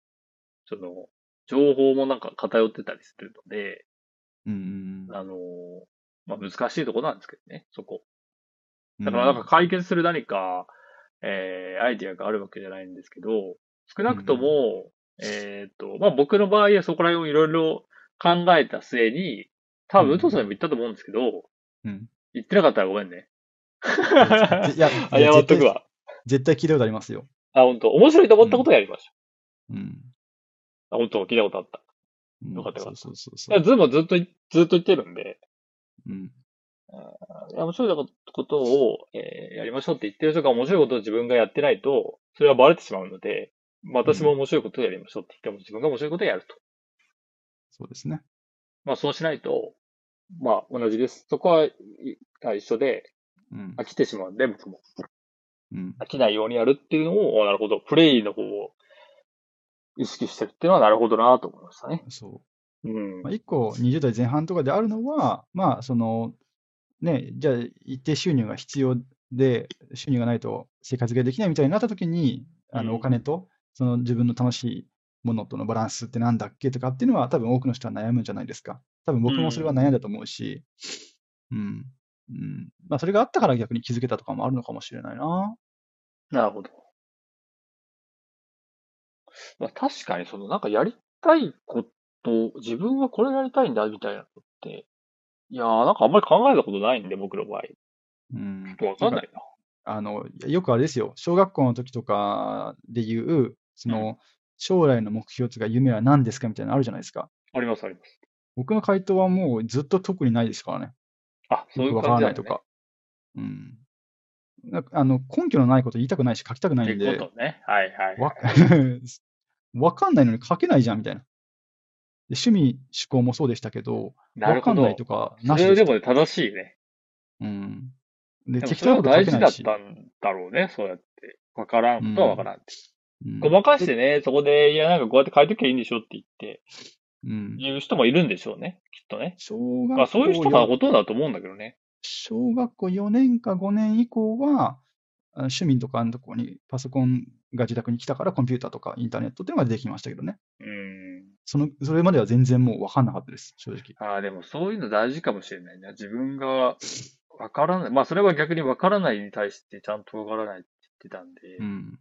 B: その、情報もなんか偏ってたりするので、
C: うん。
B: あのーまあ、難しいところなんですけどね、そこ。
C: う
B: だからなんか、解決する何か、えーアイディアがあるわけじゃないんですけど、少なくとも、えーっと、まあ、僕の場合はそこら辺をいろいろ考えた末に、多分、
C: うん
B: 武藤さんにも言ったと思うんですけど、
C: うん
B: 言ってなかったらごめんね。
C: いや、いや
B: 謝っとく。わ。
C: 絶対絶対聞いたことありますよ。
B: あ、本当面白いと思ったことをやりまし
C: うん。
B: た。あ、本当聞いたことあった。
C: うん
B: よかったよかった
C: そうそうそ
B: いうや、ズームはずっとい、ずっと言ってるんで、
C: そう。うん。
B: いや面白いことを、えーやりましょうって言ってる人が面白いことを自分がやってないと、それはバレてしまうので、まあ私も面白いことをやりましょうって言っても自分が面白いことをやると。
C: そうですね。
B: まあそうしないと、まあ同じです。そこはいあ一緒で
C: うん。
B: 飽きてしまうんで、僕も。
C: うん。
B: 飽きないようにやるっていうのを、あなるほど、プレイの方を意識してるっていうのはなるほどなと思いましたね。
C: そう。
B: うん
C: まあ、。1個20代前半とかであるのは、まあ、その、ね、じゃあ一定収入が必要で、収入がないと生活ができないみたいになった時に、あ
B: う
C: の
B: ん
C: お金とその自分の楽しいものとのバランスってなんだっけとかっていうのは、多分多くの人は悩むんじゃないですか。多分僕もそれは悩んだと思うし、うん。うん。まあ、それがあったから逆に気づけたとかもあるのかもしれないな。
B: なるほど。まあ、確かに、その、なんかやりたいこと、自分はこれやりたいんだ、みたいなのって。いやー、なんかあんまり考えたことないんで、僕の場合。
C: うん。
B: わかんないな。
C: あの、よくあれですよ、小学校の時とかで言う、その、将来の目標とか夢は何ですかみたいなのあるじゃないですか。
B: あります、あります。
C: 僕の回答はもうずっと特にないですからね。
B: あ、そういう
C: よくわか
B: 感
C: ら
B: じ
C: な
B: だ
C: い
B: よ
C: と
B: ね。
C: か。うん。なんかあの、根拠のないこと言いたくないし書きたくないん
B: って
C: で、
B: ことね。はいはい。
C: わわ かんないのに書けないじゃんみたいな。で趣味、趣向もそうでしたけど、
B: な
C: わ
B: る
C: か
B: ほ
C: ん
B: ど
C: ない。とかなし
B: それ
C: でし
B: で
C: た
B: もね、正しいね。
C: うん。で、
B: でも
C: 適
B: それ
C: 当な
B: は大
C: こと書け
B: 事
C: な
B: だ
C: い
B: っ
C: し。
B: たんだろうね、そうやって。わからんことはわからん。
C: うん
B: ごまかしてね、そこで、いや、なんかこうやって書いときゃいいんでしょって言って、
C: うん。
B: 言う人もいるんでしょうね、きっとね。
C: 小学
B: まあ、そういう人
C: 校
B: が
C: よ
B: ほとんどだと思うんだけどね。
C: 小学校4年か5年以降は、あの趣味とかのとこにパソコンが自宅に来たからコンピューターとかインターネットっていうのができましたけどね。
B: うん。
C: その、それまでは全然もう分かんなかったです、正直。
B: ああ、でもそういうの大事かもしれないな。自分がわからない。まあ、それは逆にわからないに対してちゃんとわからないって言ってたんで。
C: うん。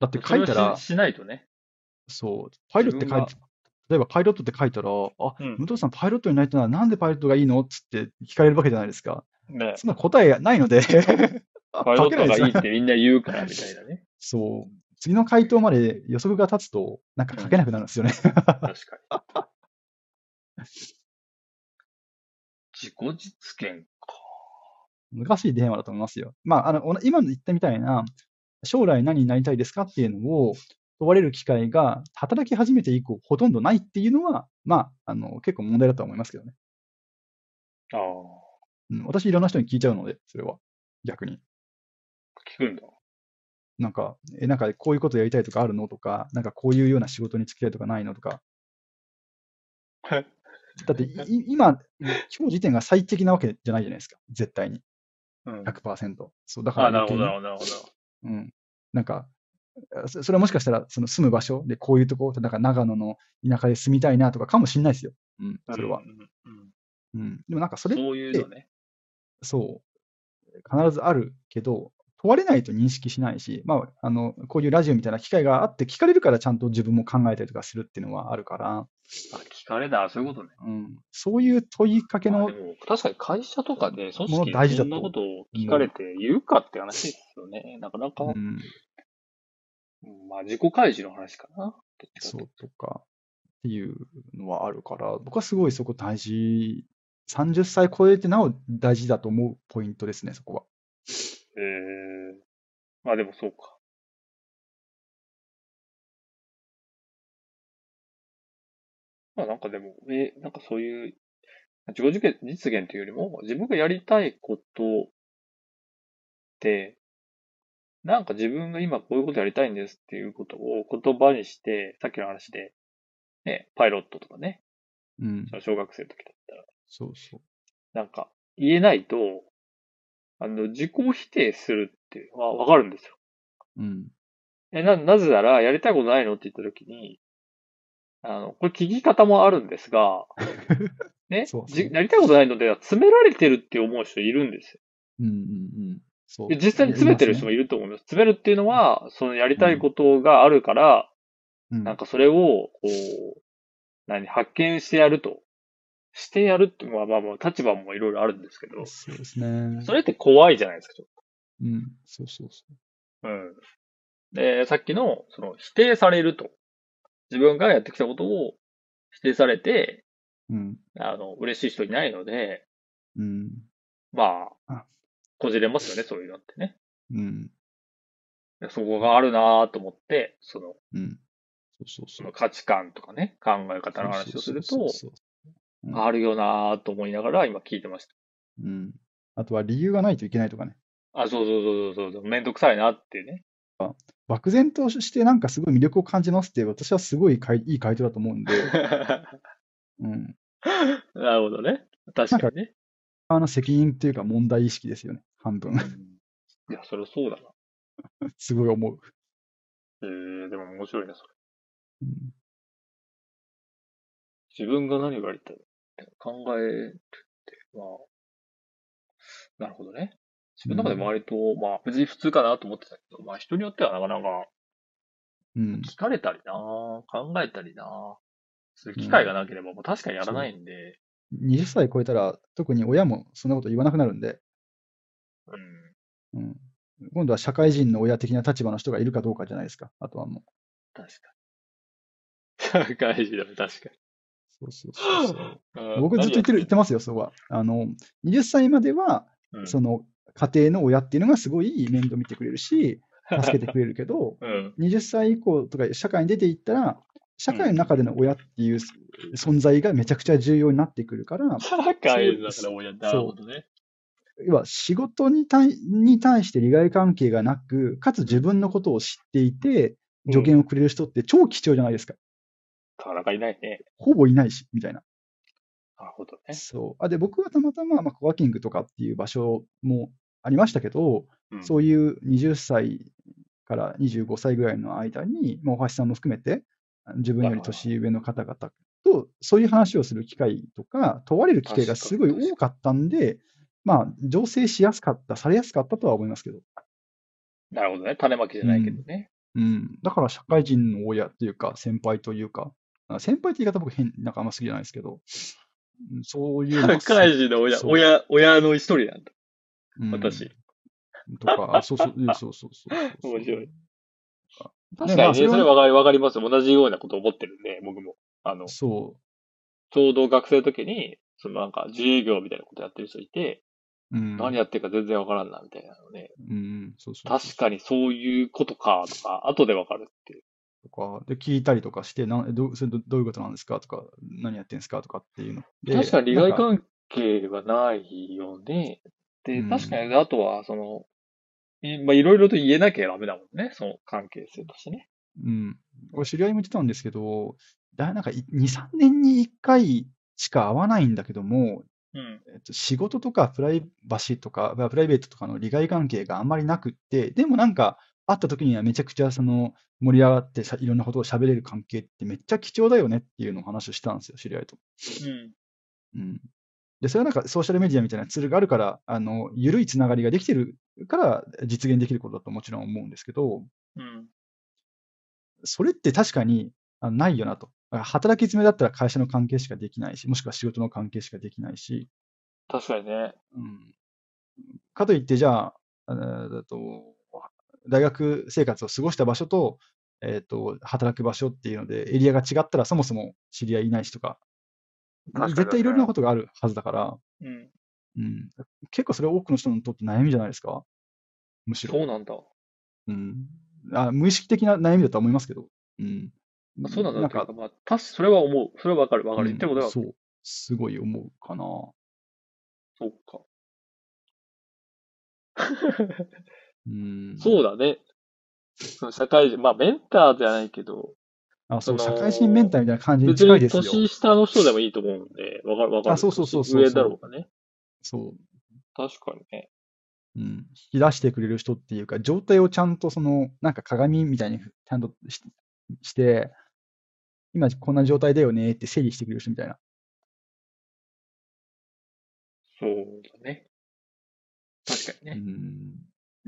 C: だって
B: そ
C: 書
B: れ
C: い
B: を
C: たら
B: し、しないとね。
C: そう、パイロットって書いて
B: 自、
C: 例えばパイロットって書いたら、あ、
B: うん
C: 武藤さんパイロットになりたいならなんでパイロットがいいのっつって聞かれるわけじゃないですか。
B: ね
C: そんな答えないの で、書
B: パイロッ
C: けな
B: ト
C: いで
B: がい
C: す
B: い
C: よ
B: ってみんな言うからみたいなね。
C: そう。次の回答まで予測が立つと、なんか書けなくなるんですよね。
B: 確かに。自己実現か。
C: 難しいテーマだと思いますよ。まあ、あの、おな今の言ったみたいな、将来何になりたいですかっていうのを問われる機会が働き始めて以降ほとんどないっていうのは、まあ、あの、結構問題だとは思いますけどね。
B: ああ、
C: うん、私いろんな人に聞いちゃうので、それは。逆に。
B: 聞くんだ。
C: なんか、え、なんかこういうことやりたいとかあるのとか、なんかこういうような仕事に就きたいとかないのとか。
B: はい
C: だってい、い今、今日時点が最適なわけじゃないじゃないですか。絶対に。
B: うん、あ
C: 100%。そう、だから
B: あ、なるほ
C: 余計
B: ど、
C: に
B: なるほど、なるほど。
C: うん。なんか、あそそれはもしかしたら、その住む場所でこういうとこ、なんか長野の田舎で住みたいなとかかもしれないですよ。うん、それは
B: う。んうん
C: うん。でもなんかそ
B: うん
C: れ、
B: そういうのね。
C: そう、必ずあるけど、問われないと認識しないし、まあ、あの、こういうラジオみたいな機会があって聞かれるからちゃんと自分も考えたりとかするっていうのはあるから、
B: あ、聞かれた、そういうことね。
C: うん。そういう問いかけ
B: まあ
C: の
B: で、も確かに会社とかで、組
C: も
B: 織
C: の大
B: に
C: 事
B: そ
C: だ
B: ん
C: と
B: なことを聞かれて言うかって話ですよね。なかなか、
C: うん、
B: まあ自己開示の話かな。
C: そうとかっていうのはあるから、僕はすごいそこ大事、30歳超えてなお大事だと思うポイントですね、そこは。
B: ええまあでもそうか。まあなんかでも、えなんかそういう、自己実現実現というよりも、自分がやりたいことで、なんか自分が今こういうことやりたいんですっていうことを言葉にして、さっきの話で、ね、パイロットとかね、
C: うん。
B: その小学生の時だったら、
C: そうそう。
B: なんか言えないと、あの、自己否定するっていうのはわかるんですよ。
C: うん。
B: え、な、なぜなら、やりたいことないのって言った時に、あの、これ聞き方もあるんです が、ね、
C: そうそう
B: じやりたいことないのでは詰められてるって思う人いるんですよ
C: うんうんうん。そう。
B: で実際に詰めてる人も
C: い
B: いると思います。詰めるっていうのは、そのやりたいことがあるから、
C: ますね
B: なんかそれを、こう、何、発見してやると。してやるって、まあまあまあ、立場もいろいろあるんですけ
C: う
B: ど
C: ん。、そうですね。
B: それって怖いじゃないですか、ちょっ
C: うん。そうそうそ
B: と。うん。で、さっきの、その、否定されると。自分がやってきたことを否定されて、
C: う。うん。
B: あの、嬉しい人いないので、
C: うん。
B: まあ
C: あ、
B: こじれますよね、そういうのってね。
C: うん。
B: そこがあるなぁと思って、その、
C: うん。そうそうそ
B: そうの。価値観とかね、考え方の話をすると、あるよなぁと思いながら今聞いてました。
C: うん。あとは理由がないといけないとかね。
B: あ、そうそうそうそうそう、めんどくさいなっていうね。
C: 漠然としてなんかすごい魅力を感じますって、私はすごいかいいい回答だと思うんで、うん。
B: なるほどね。確かにね。
C: あの責任というか問題意識ですよね。半分。
B: いや、それそうだな。
C: すごい思う。
B: えー、でも面白いな、それ。
C: うん
B: 自分が何をやりたいって考えるって、まあ、なるほどね。自分の中で割と、まあ、別に普通かなと思ってたけど、まあ、人によってはなかなか
C: うん。
B: 聞かれたりな考えたりなそういう機会がなければ、もう確かにやらないんで、
C: 20歳超えたら、特に親もそんなこと言わなくなるんで、
B: うん。
C: うん、今度は社会人の親的な立場の人がいるかどうかじゃないですか。あとはも
B: 確かに。社会人だね、確か
C: う。そうそうそうそう。
B: に。
C: 僕ずっと言ってる、言ってますよ、そこは。あの、20歳までは、
B: うん
C: その、家庭の親っていうのがすごい面倒見てくれるし、助けてくれるけど、
B: うん。
C: 20歳以降とか社会に出ていったら、社会の中での親っていう存在がめちゃくちゃ重要になってくるから、
B: 社会人だから親だ。なるほどね。
C: 要は仕事に対に対して利害関係がなく、かつ自分のことを知っていて、
B: うん
C: 助言をくれる人って超貴重じゃないですか。
B: なかなかいないね。
C: ほぼいないし、みたいな。
B: なるほどね。
C: そう。あで、僕はたまたま、まあ、コワーキングとかっていう場所もありましたけど、
B: うん
C: そういう20歳から25歳ぐらいの間に、まあ、大橋さんも含めて、自分より年上の方々と、そういう話をする機会とか、問われる機会がすごい多かったんで、まあ、醸成しやすかった、されやすかったとは思いますけど、
B: なるほどね。種まきじゃないけどね。
C: うん、だから社会人の親というか、先輩というか、あ先輩って言い方、僕、変なんかあんま好きじゃないですけど、うんそう いうのが
B: 社会人の親、
C: そう
B: 親、親の一人なんだ。
C: うん
B: 私。
C: とか、そうそう、うんそうそうそうそうそう。
B: 面白い。
C: ね
B: 確か
C: まあ
B: にね、そ
C: は
B: れはわかりわかります。同じようなことを思ってるんで、僕も。あの、
C: そ
B: ちょうど学生の時に、そのなんか自営業みたいなことやってる人いて、
C: う。うん、
B: 何やってるか全然わからんな、みたいなのね。
C: うん、そうそうそう
B: 確かにそういうことか、とか、後でわかるっていう。
C: とか、で、聞いたりとかして、なんえどうそれどどういうことなんですかとか、何やってんですかとかっていうの。で
B: 確かに利害
C: なんか
B: 関係はないよね。で、
C: うん
B: 確かに、あとは、その、いまあ、いろいろと言えなきゃダメだもんね。その関係性としてね。
C: うん。これ知り合いも言ってたんですけど、だなんかい2、3年に1回しか会わないんだけども、
B: うん。
C: えっと、仕事とかプライバシーとか、まあプライベートとかの利害関係があんまりなくって、でもなんか、会った時にはめちゃくちゃその盛り上がってしゃいろんなことを喋れる関係ってめっちゃ貴重だよねっていうのを話をしたんですよ、知り合いと。
B: うん。
C: うんで、それはなんかソーシャルメディアみたいなツールがあるから、あの、緩いつながりができてるから実現できることだともちろん思うんですけど、
B: うん。
C: それって確かにあないよなと。あ働き詰めだったら会社の関係しかできないし、もしくは仕事の関係しかできないし、
B: 確かにね。
C: うん、かといってじゃあ、あのだと大学生活を過ごした場所と、えっ、と、働く場所っていうので、エリアが違ったらそもそも知り合いいないしとか、絶対いろいろなことがあるはずだから、
B: と。うん。
C: うん、結構それは多くの人にとって悩みじゃないですかむしろ。
B: そうなんだ。
C: うん、あ無意識的な悩みだとは思いますけど。うん、
B: まあそうなんだ。な
C: な
B: んんか
C: か、、
B: まあ、確かそれは思う。それはわかる。わかる。
C: う
B: 言
C: ん
B: ってることは、
C: そう、すごい思うかな。
B: そうか。
C: うん。
B: そうだね。その社会人、まあメンターじゃないけど、
C: あ、そう、
B: そ
C: 社
B: の
C: 会人メンターみたいな感じに
B: 別
C: 近い
B: に
C: ですよ。
B: 年下の人でもいいと思うんで、わかるわかる。
C: あそうそうそうそう
B: 上だろうかね。
C: そ
B: 確かにね。
C: う。うん。引き出してくれる人っていうか、状態をちゃんとその、なんか鏡みたいにちゃんとしして、今こんな状態だよねって整理してくれる人みたいな。
D: そうだね。確かに
C: う
D: ね。
C: ん。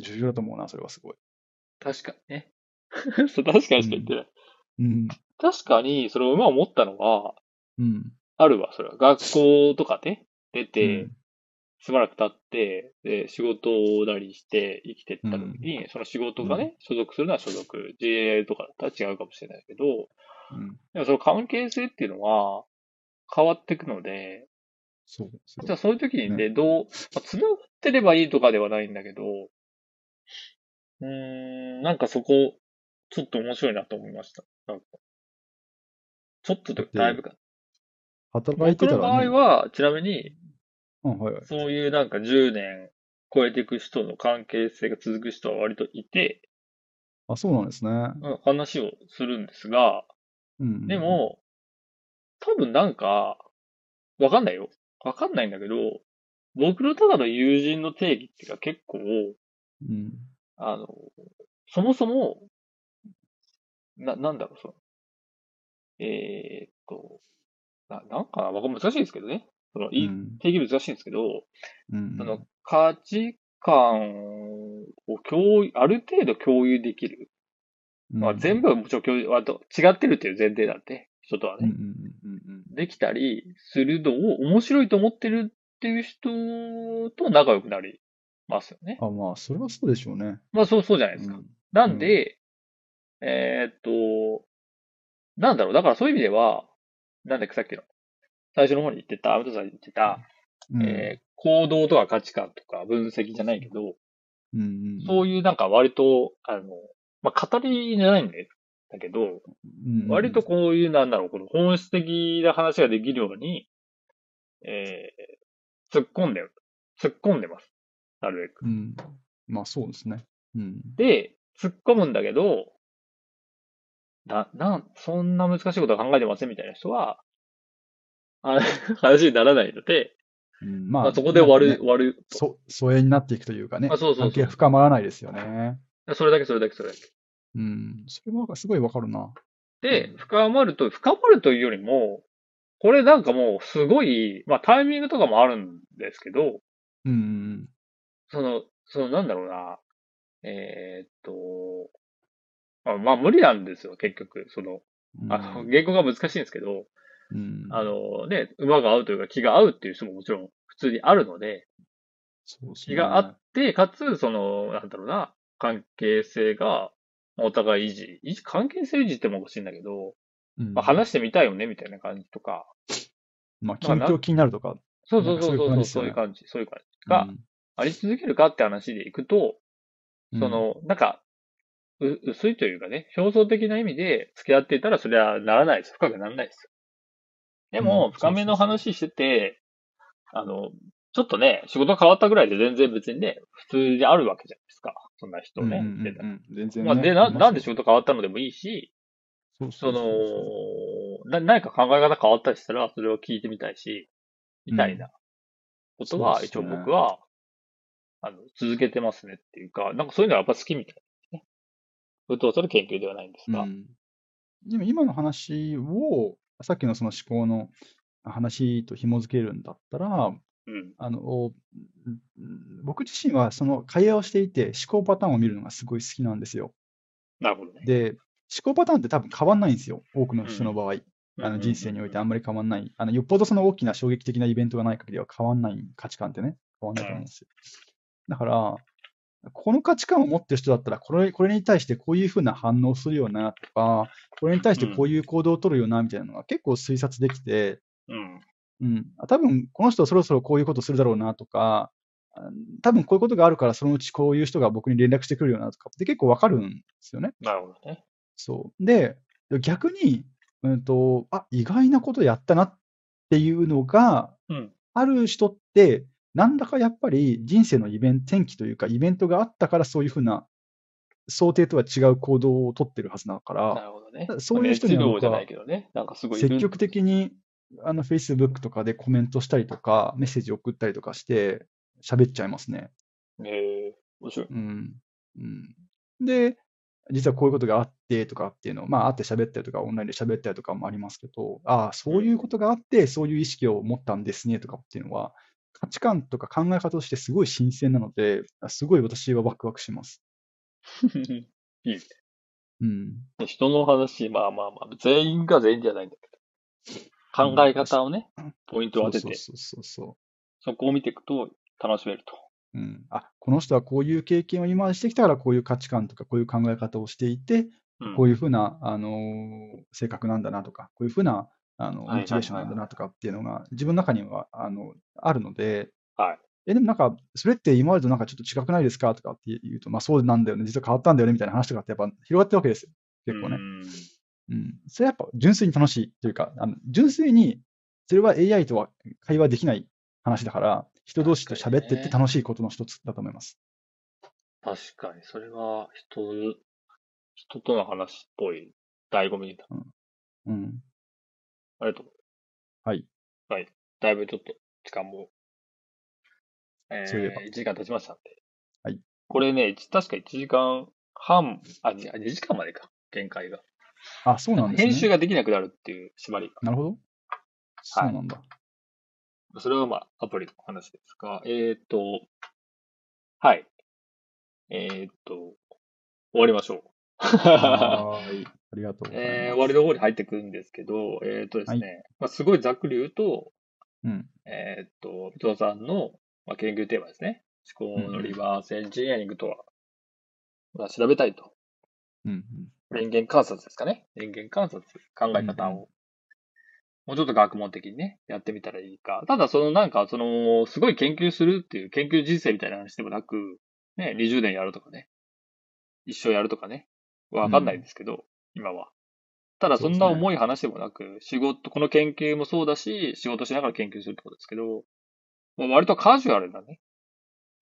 C: 重要だと思うな、それはすごい。
D: 確かにね。
B: そう確かにしか言ってない。
C: うん。
B: 確かに、それを今思ったのは、
C: うん。
B: あるわ、それは。学校とかね、出
C: う
B: て
C: ん、
B: しばらく経って、で、仕事なりして生きてった時に、その仕事がね、所属するのは所属、JA とかだったら違うかもしれないけど、
C: うん。
B: でもその関係性っていうのは変わっていくので、
C: そう。そ
B: じゃあ
C: う
B: そういう時にね、どう、まあ、繋がってればいいとかではないんだけど、うーん、なんかそこ、ちょっと面白いなと思いました。なんかちょっとというかだいぶか。
C: 働い
B: 僕
C: てた
B: の場
C: ら、ね
B: 合。は、ちなみに、
C: うん、はいはい。
B: そういうなんか10年超えていく人の関係性が続く人は割といて、
C: あ、そうなんですね。
B: うん話をするんですが、
C: うん。
B: で、も、多分なんか、わかんないよ。わかんないんだけど、僕のただの友人の定義っていうか結構、
C: うん。
B: あの、そもそも、な、なんだろう、その、えーっと、な、なんかな、わかん難しいですけどね。その、い
C: うん
B: 定義難しいんですけど、
C: うん
B: その、価値観を共有、ある程度共有できる。まあ、全
C: 部、
B: 部はもちろん共有、あと違ってるっていう前提なんで、人とは
C: うん
B: ね
C: う。んうんうん
B: できたりするのを面白いと思ってるっていう人と仲良くなりますよね。
C: うん。あ、まあ、それはそうでしょうね。
B: まあそう、そうじゃないですか。
C: う
B: なんで、えーっと、なんだろう、だからそういう意味では、なんだっけ、さっきの、最初の方に言ってた、アウトさんに言ってた、
C: ん。
B: えー行動とか価値観とか分析じゃないけど、
C: うんうん
B: そういうなんか割と、あの、まあ語りじゃないんだよだけど、
C: うん
B: 割とこういう、なんだろう、この本質的な話ができるように、えー、突っ込んでる。突っ込んでます。なるべく
C: う。ん。まあそうですね。うん。
B: で、突っ込むんだけど、な、なん、そんな難しいことは考えてませんみたいな人は、あ話にならないので、
C: うん
B: ま
C: ま
B: あそこで終わる、
C: なんか
B: 終
C: ね
B: わると。
C: そ、疎遠になっていくというかね。
B: あそうそうそう
C: 関係が深まらないですよね。
B: それだけ、それだけ、それだけ。
C: うん。それはすごいわかるな。
B: で、深まると、深まるというよりも、これなんかもうすごい、まあタイミングとかもあるんですけど、
C: うん。
B: その、その、なんだろうな、えーっと、あまあ無理なんですよ、結局。その、
C: うん
B: あの、言語が難しいんですけど、
C: うん。
B: あのね、馬が合うというか気が合うっていう人ももちろん普通にあるので、
C: そうです
B: 気
C: ね
B: があって、かつ、その、なんだろうな、関係性が、まあお互い維持。維持、関係性維持ってもおかしいんだけど、
C: うん
B: まあ話してみたいよね、みたいな感じとか。
C: まあ、
B: だか
C: 近
B: ら
C: 況気になるとか。
B: そうそうそうそう、
C: そ
B: そうう
C: い
B: いうう
C: 感
B: 感じ、そういう感じが
C: うん
B: あり続けるかって話でいくと、そ、の、なんか、う薄いというかね、表層的な意味で付き合っていたらそれはならないです。深くならないです。でも、
C: うん
B: 深めの話してて、あの、ちょっとね、仕事が変わったぐらいで全然別にね、普通にあるわけじゃないですか。そんな人
C: うんうん
B: ね。
C: うん
B: で
C: うん全然ね。
B: まあ、でな、なんで仕
C: ょ
B: 事変わったのでもいいし、
C: う
B: その
C: うう、
B: な何か考え方変わったりしたら、それを聞いてみたいし、みたいなことは、
C: そうです
B: 一
C: ね
B: 応僕は、あの、続けてますねっていうか、なんかそういうのはやっぱ好きみたいですね。うとうとる研究ではないんですが。
C: うんでも今の話を、さっきのその思考の話と紐付けるんだったら、
B: うん。
C: あのおうん僕自身はその会話をしていて思考パターンを見るのがすごい好きなんですよ。
B: なるほどね。
C: で、思考パターンって多分変わんないんですよ、多くの人の場合。あ
B: う
C: の
B: ん
C: 人生においてあんまり変わんない。あのよっぽどその大きな衝撃的なイベントがない限りは変わんない価値観ってね、変わんないと思うんですよ。だから、この価値観を持ってる人だったらこれ、これに対してこういうふうな反応するよなとか、これに対してこういう行動を取るよなみたいなのが結構推察できて、
B: うん。
C: うん、あ多分この人はそろそろこういうことするだろうなとか、あ多分こういうことがあるから、そのうちこういう人が僕に連絡してくるよなとかって結構わかるんですよね。
B: なるほどね。
C: そうで、逆に、うんと、あ意外なことやったなっていうのが
B: うん。
C: ある人って、なんだかやっぱり人生のイベント、転機というか、イベントがあったからそういうふうな想定とは違う行動をとってるはずだか
B: な
C: ら、
B: るほどね。
C: そういう人には
B: 熱量
C: 僕
B: じゃな
C: はい
B: けどね。なんかすごいいる
C: 積極的にあの Facebook とかでコメントしたりとか、メッセージ送ったりとかして、喋っちゃいますね。
B: へえ面白い。
C: うんうん、で、実はこういうことがあってとかっていうのを、まあ、会って喋ったりとか、オンラインで喋ったりとかもありますけど、ああ、そういうことがあって、そういう意識を持ったんですねとかっていうのは、価値観とか考え方としてすごい新鮮なので、すごい私はワクワクします。うん、
B: 人の話、まあまあまあ、全員が全員じゃないんだけど、考え方をね
C: うん、
B: ポイントを当てて、
C: そうそうそう
B: そ
C: そ
B: こを見ていくと楽しめると。
C: う、うん。あ、この人はこういう経験を今までしてきたから、こういう価値観とか、こういう考え方をしていて、
B: うん
C: こういうふうな、あのー性格なんだなとか、こういうふうな、あ
B: は
C: の、
B: いはい
C: モチベーションなんだなとかっていうのが、自分の中には、あの、あるので、
B: はい
C: え、でもなんか、それって今までとなんかちょっと違くないですかとかって言うと、まあそうなんだよね、実は変わったんだよねみたいな話とかってやっぱ広がってるわけですよ。結構ね
B: う。ん
C: うん。それはやっぱ純粋に楽しいというか、あの純粋に、それは AI とは会話できない話だから、人同士と喋ってって楽しいことの一つだと思います。
B: 確かに、それは人、人との話っぽい醍醐味だ。
C: うん。
B: ありがとう。
C: はい。
B: はい。だいぶちょっと時間も、え
C: そういえば
B: ー、1時間経ちましたんで。
C: はい。
B: これね、一確か1時間半、あ、じあ2時間までか、限界が。
C: あ、そうなんですね。
B: 編集ができなくなるっていう縛り
C: なるほど。そうなんだ。
B: が。それはまあ、アプリの話ですが、えっ、ー、と、はい。えっ、ー、と、終わりましょう。
C: はーい。ありがとうござい ます。
B: えー終わりの方に入ってくるんですけど、えっ、とですね、まあ、すごいざっくり言うと、
C: うん
B: えっ、と、伊藤さんの、まあ、研究テーマですね。思考のリバースエンジニアリングとは、まあ、調べたいと。
C: うん
B: 人間観察ですかね。人間観察、考え方を、もうちょっと学問的にね、やってみたらいいか。ただ、そのなんか、その、すごい研究するっていう研究人生みたいな話でもなく、ね、20年やるとかね、一生やるとかね、わかんないですけど、今は。ただ、
C: そ
B: そう
C: です
B: ん
C: ね
B: な重い話でもなく、仕事、この研究もそうだし、仕事しながら研究するってことですけど、まあ割とカジュアルなね、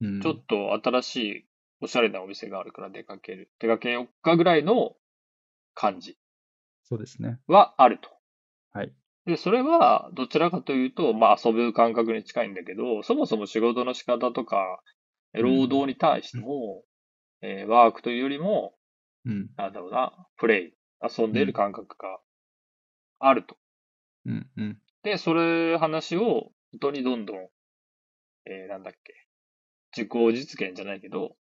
C: うんうん
B: ちょっと新しいおしゃれなお店があるから出かける、出かけよっかぐらいの感じ
C: そうですね。
B: はあると。
C: はい。
B: で、それはどちらかというと、まあ遊ぶ感覚に近いんだけど、そもそも仕事の仕方とか、
C: ん
B: 労働に対しても、えーワークというよりも、
C: うん。
B: なんだろうな、プレイ、遊んでいる感覚があると。
C: うん。うん。
B: で、それ話を本当にどんどん、えーなんだっけ、自己実現じゃないけど、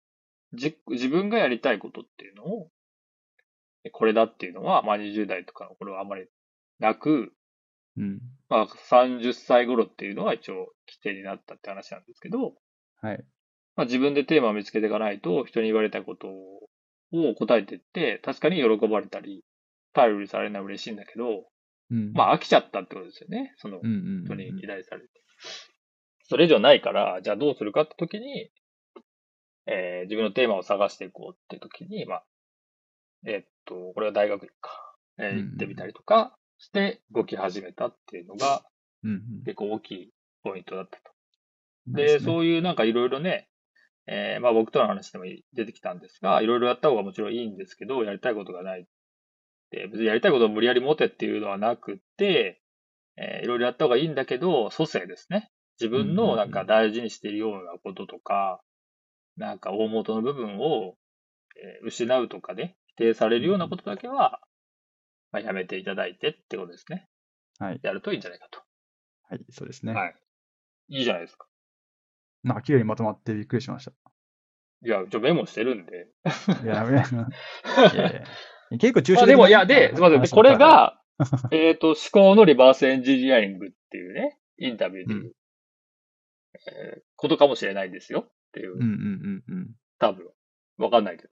B: じ自分がやりたいことっていうのを、えこれだっていうのは、まあ20代とかの頃はあまりなく、
C: うん。
B: まあ30歳頃っていうのは一応規定になったって話なんですけど、
C: はい。
B: まあ自分でテーマを見つけていかないと、人に言われたことを答えてって、確かに喜ばれたり、頼りされるのは嬉しいんだけど、
C: うん。あ、
B: まあ飽きちゃったってことですよね。その
C: うんうんうん。
B: 人に依頼されて。それ以上ないから、じゃあどうするかって時に、えー自分のテーマを探していこうって時に、まあ、えーっと、これは大学にか、え
C: うん
B: ー
C: うん
B: 行ってみたりとかして動き始めたっていうのが
C: うん
B: 結構大きいポイントだったと。
C: うん。
B: で、
C: う
B: そういうなんかいろいろね、えーまあ僕との話でも出てきたんですが、いろいろやった方がもちろんいいんですけど、やりたいことがない。で別にやりたいことを無理やり持てっていうのはなくて、えーいろいろやった方がいいんだけど、蘇生ですね。自分
C: うんうんう
B: の
C: ん
B: なんか大事にしているようなこととか、なんか大元の部分を、えー失うとかね、否定されるようなことだけは、まあ、やめていただいてってことですね。
C: はい
B: やるといいんじゃないかと。
C: はい、そうですね。
B: はいいいじゃないですか。
C: なんか綺麗にまとまってびっくりしまし
B: いや、ちょ、メモしてるんで。
C: た。いや、やべえな。いやいや結構抽
B: ま
C: 象的な
B: あでも、いや、で、すみません。でこれ、
C: 話
B: が、 えっと、思考のリバースエンジニアリングっていうね、インタビューでいう、
C: う
B: えーことかもしれないですよっていう、
C: うんうんうん
B: 多分。わかんないけど。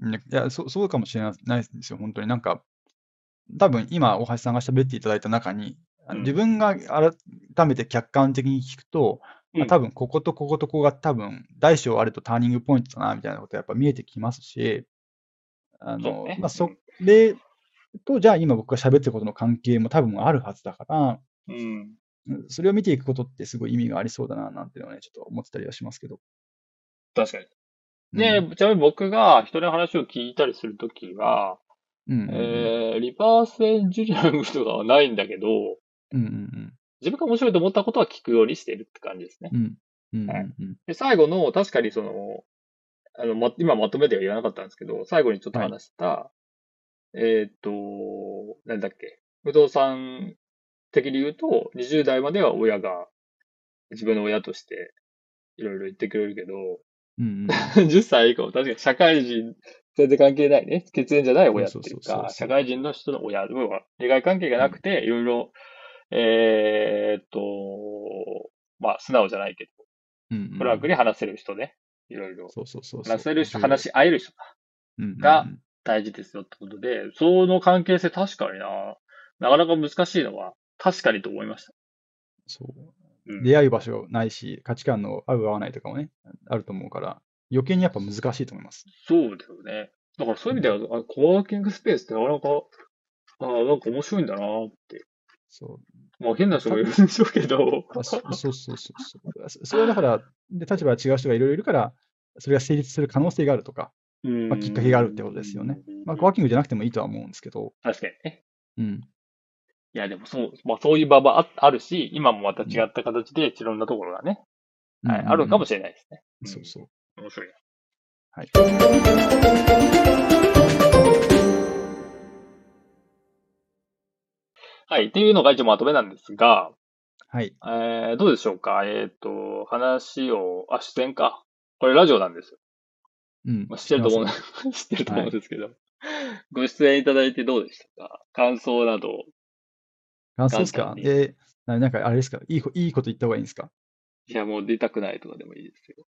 C: うん。いや、そうそうかもしれないですよ、本当に。なんか、多分今、大橋さんが喋っていただいた中に、あの
B: うん
C: 自分が改めて客観的に聞くと、
B: うん
C: あ多分こことこことここが多分大小あるとターニングポイントだなみたいなことやっぱ見えてきますし、あ
B: そ
C: の
B: うね
C: まあ、
B: う
C: そ
B: ん
C: れとじゃあ今僕が喋ってることの関係も多分あるはずだから、
B: うん。
C: うんそれを見ていくことってすごい意味がありそうだな、なんていうのはね、ちょっと思ってたりはしますけど。
B: 確かに。
C: うん
B: で、ちなみに僕が人の話を聞いたりするときは、
C: うんうんうん
B: えー、リバースエンジニアリングとかはないんだけど、
C: うんうん
B: 自分が面白いと思ったことは聞くようにしてるって感じですね。
C: うんうんうん
B: は
C: うんうん
B: で、最後の、確かにその、あの、ま、今まとめでは言わなかったんですけど、最後にちょっと話した、えーっと、なんだっけ、不動産的に言うと、20代までは親が、自分の親として、いろいろ言ってくれるけど、
C: うんうん
B: 10歳以降、確かに社会人、全然関係ないね。血縁じゃない親ってい
C: そううそうそうそ
B: か、
C: う
B: 社会人の人の親、要は利害関係がなくて、いろいろ、えーっと、まあ、素直じゃないけど、
C: うんうん
B: フランクに話せる人ね。いろいろ。
C: そうそうそうそう。
B: 話せる人、話し合える人が
C: うんうんうん
B: が大事ですよってことで、その関係性確かにな。なかなか難しいのは確かにと思いました。
C: そう。
B: うん
C: 出会う場所ないし、価値観の合う合わないとかもね、あると思うから、余計にやっぱ難しいと思います。
B: そうだよね。だからそういう意味では、あコワーキングスペースってなかなか、ああ、なんか面白いんだなって。
C: そう。
B: まあ変な人もいるんでしょうけど。
C: あそそうそうそうそう。そそれはだから、で立場が違う人がいろいろいるから、それが成立する可能性があるとか、
B: ま
C: まあ、きっかけがあるってことですよね。まあ、コワーキングじゃなくてもいいとは思うんですけど、
B: 確かにね。
C: うん。
B: いや、でもそう、まあそういう場もああるし、今もまた違った形でいろんなところがね、はいあるかも
C: し
B: しれないですね。
C: そうそう。
B: 面白いな。
C: はい。
B: はい。っていうのが一応まとめなんですが、
C: はい。
B: えー、どうでしょうかえっ、と、話を、あ、出演か。これラジオなんですよ。
C: うん
B: まあ、知ってると思う、知
C: 知
B: ってると思うんですけど。ご出演いただいてどうでしたか感想など。
C: あ、そうですか
B: 簡。単に
C: えななんかあれですかいいこ、いいこと言った方がいいんですか
B: いや、もう出たくないとかでもいいです よ。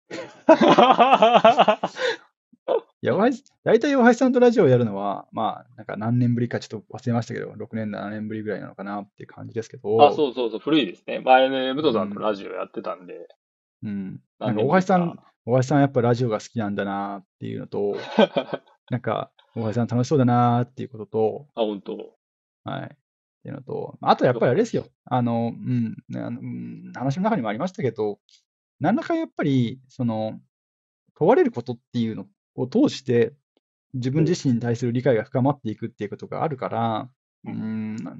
C: いや、大大体、大橋さんとラジオをやるのは、まあ、なんか何年ぶりかちょっと忘れましたけど、6年、7年ぶりぐらいなのかなっていう感じですけど、
B: あ、そうそうそう、古いですね。前ね、武藤さんとラジオやってたんで。
C: うん。な
B: 何
C: んか
B: 年
C: 大
B: ぶり
C: 橋さん、大橋さんはやっぱラジオが好きなんだなっていうのと、
B: か。
C: なんか、大橋さん楽しそうだなっていうことと、
B: あ、本当。
C: はい。っていうのと、あとやっぱりあれですよ。あの、うん、ねあのうん話の中にもありましたけど、何らかやっぱり、その、問われることっていうのを通して、自分自身に対する理解が深まっていくっていうことがあるから、う
B: うん
C: ん、だか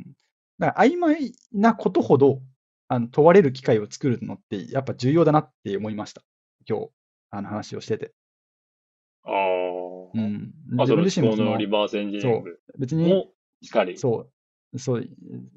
C: ら曖昧なことほどあの問われる機会を作るのって、やっぱ重要だなって思いました。今日、あの話をしてて。
B: あー
C: う。ん、
B: あ、そ
C: 自分
B: の
C: 自
B: 思
C: 身も
B: 考
C: その
B: のリバースエンジニアリング
C: 別に
B: も、しっかり。
C: そう、そう、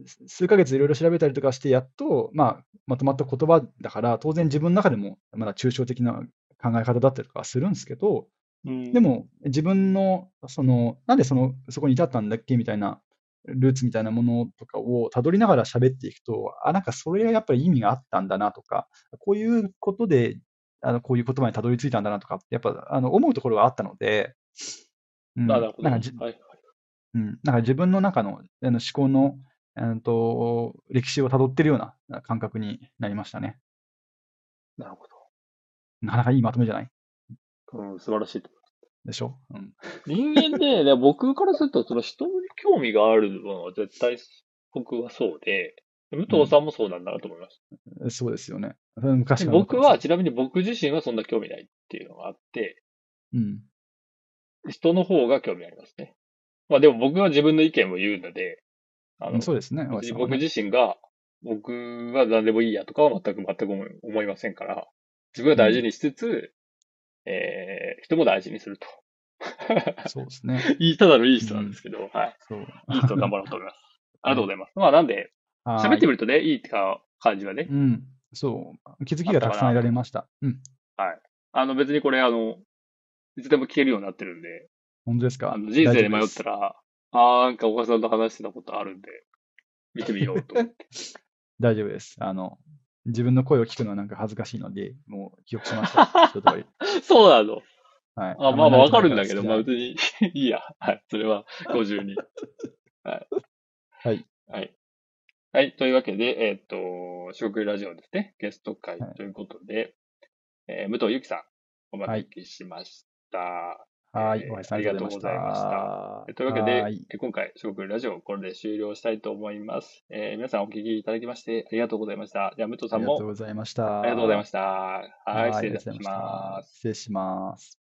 C: す数ヶ月いろいろ調べたりとかして、やっと、まあ、まとまった言葉だから、当然自分の中でもまだ抽象的な考え方だったりとかはするんですけど、
B: うん
C: で、も自分の、その、なんでその、そこに至ったんだっけみたいな、ルーツみたいなものとかをたどりながら喋っていくと、あ、なんかそれはやっぱり意味があったんだなとか、こういうことで、あのこういう言葉にたどり着いたんだなとかって、やっぱあの思うところがあったので、うん、
B: あなるほど。
C: なんか
B: はい
C: じ
B: はい。
C: うん、なんか自分の中のあの思考の、うんと歴史をたどってるようなあ感覚になりましたね。
B: なるほ
C: なかなかいいまとめじゃない
B: ど。うん、素晴らしいと
C: でしょ、うん、
B: 人間 で、ね、僕からすると、その人に興味があるのは絶対僕はそうで、武藤さんもそうなんだなと思いまし
C: えそうですよね。それ昔
B: た。
C: から思って
B: 僕
C: ます
B: は、、ちなみに僕自身はそんな興味ないっていうのがあって、
C: うん。
B: 人の方が興味ありますね。まあでも僕は自分の意見を言うので、あ
C: う
B: の
C: ん、そうですね。大橋さんは
B: 僕
C: ね
B: 自身が、僕は何でもいいやとかは全く全く思い思いませんから、自分は大事にしつつ、えー、人も大事にすると。
C: そうですね。
B: いい、ただのいい人なんですけど、はい。
C: そう。
B: いい人頑張ろうと 思います。ありがとうございます。まあなんで、
C: はーい
B: 喋ってみるとね、いいか感じはね。
C: うん。そう。気づきがたくさん得られました。うん。
B: あの別にこれ、あの、いつでも聞けるようになってるんで、
C: 本当ですか
B: あの人生で迷った
C: ら。
B: ら、あーなんか岡さんと話してたことあるんで、見てみようと。
C: 大丈夫です。あの、自分の声を聞くのはなんか恥ずかしいので、もう記憶し ました。一通り。
B: そうなの。
C: はい。
B: あまあまあわかるんだけど、まあ
C: は
B: 別に いいや。はい。それはご自由に。 はい。
C: はい。
B: はい。はい。というわけで、えーっと、四国ラジオですね。ゲスト会ということで、えー武藤ゆきさん、お招きしました。
C: はい、
B: えー
C: お会いさんありがとうございまし
B: あ
C: た。
B: というわけで、
C: はーい
B: えー今回、四国ラジオ、これで終了したいと思います。えー皆さんお聞きいただきまして、ありがとうございました。じゃあ、武藤
C: あ
B: さん
C: りが
B: も
C: とうございました。
B: ありがとうございま
C: し
B: した。
C: た
B: はい、失礼いたし
C: ありがとうござい
B: ま
C: ました
B: す。
C: 失礼します。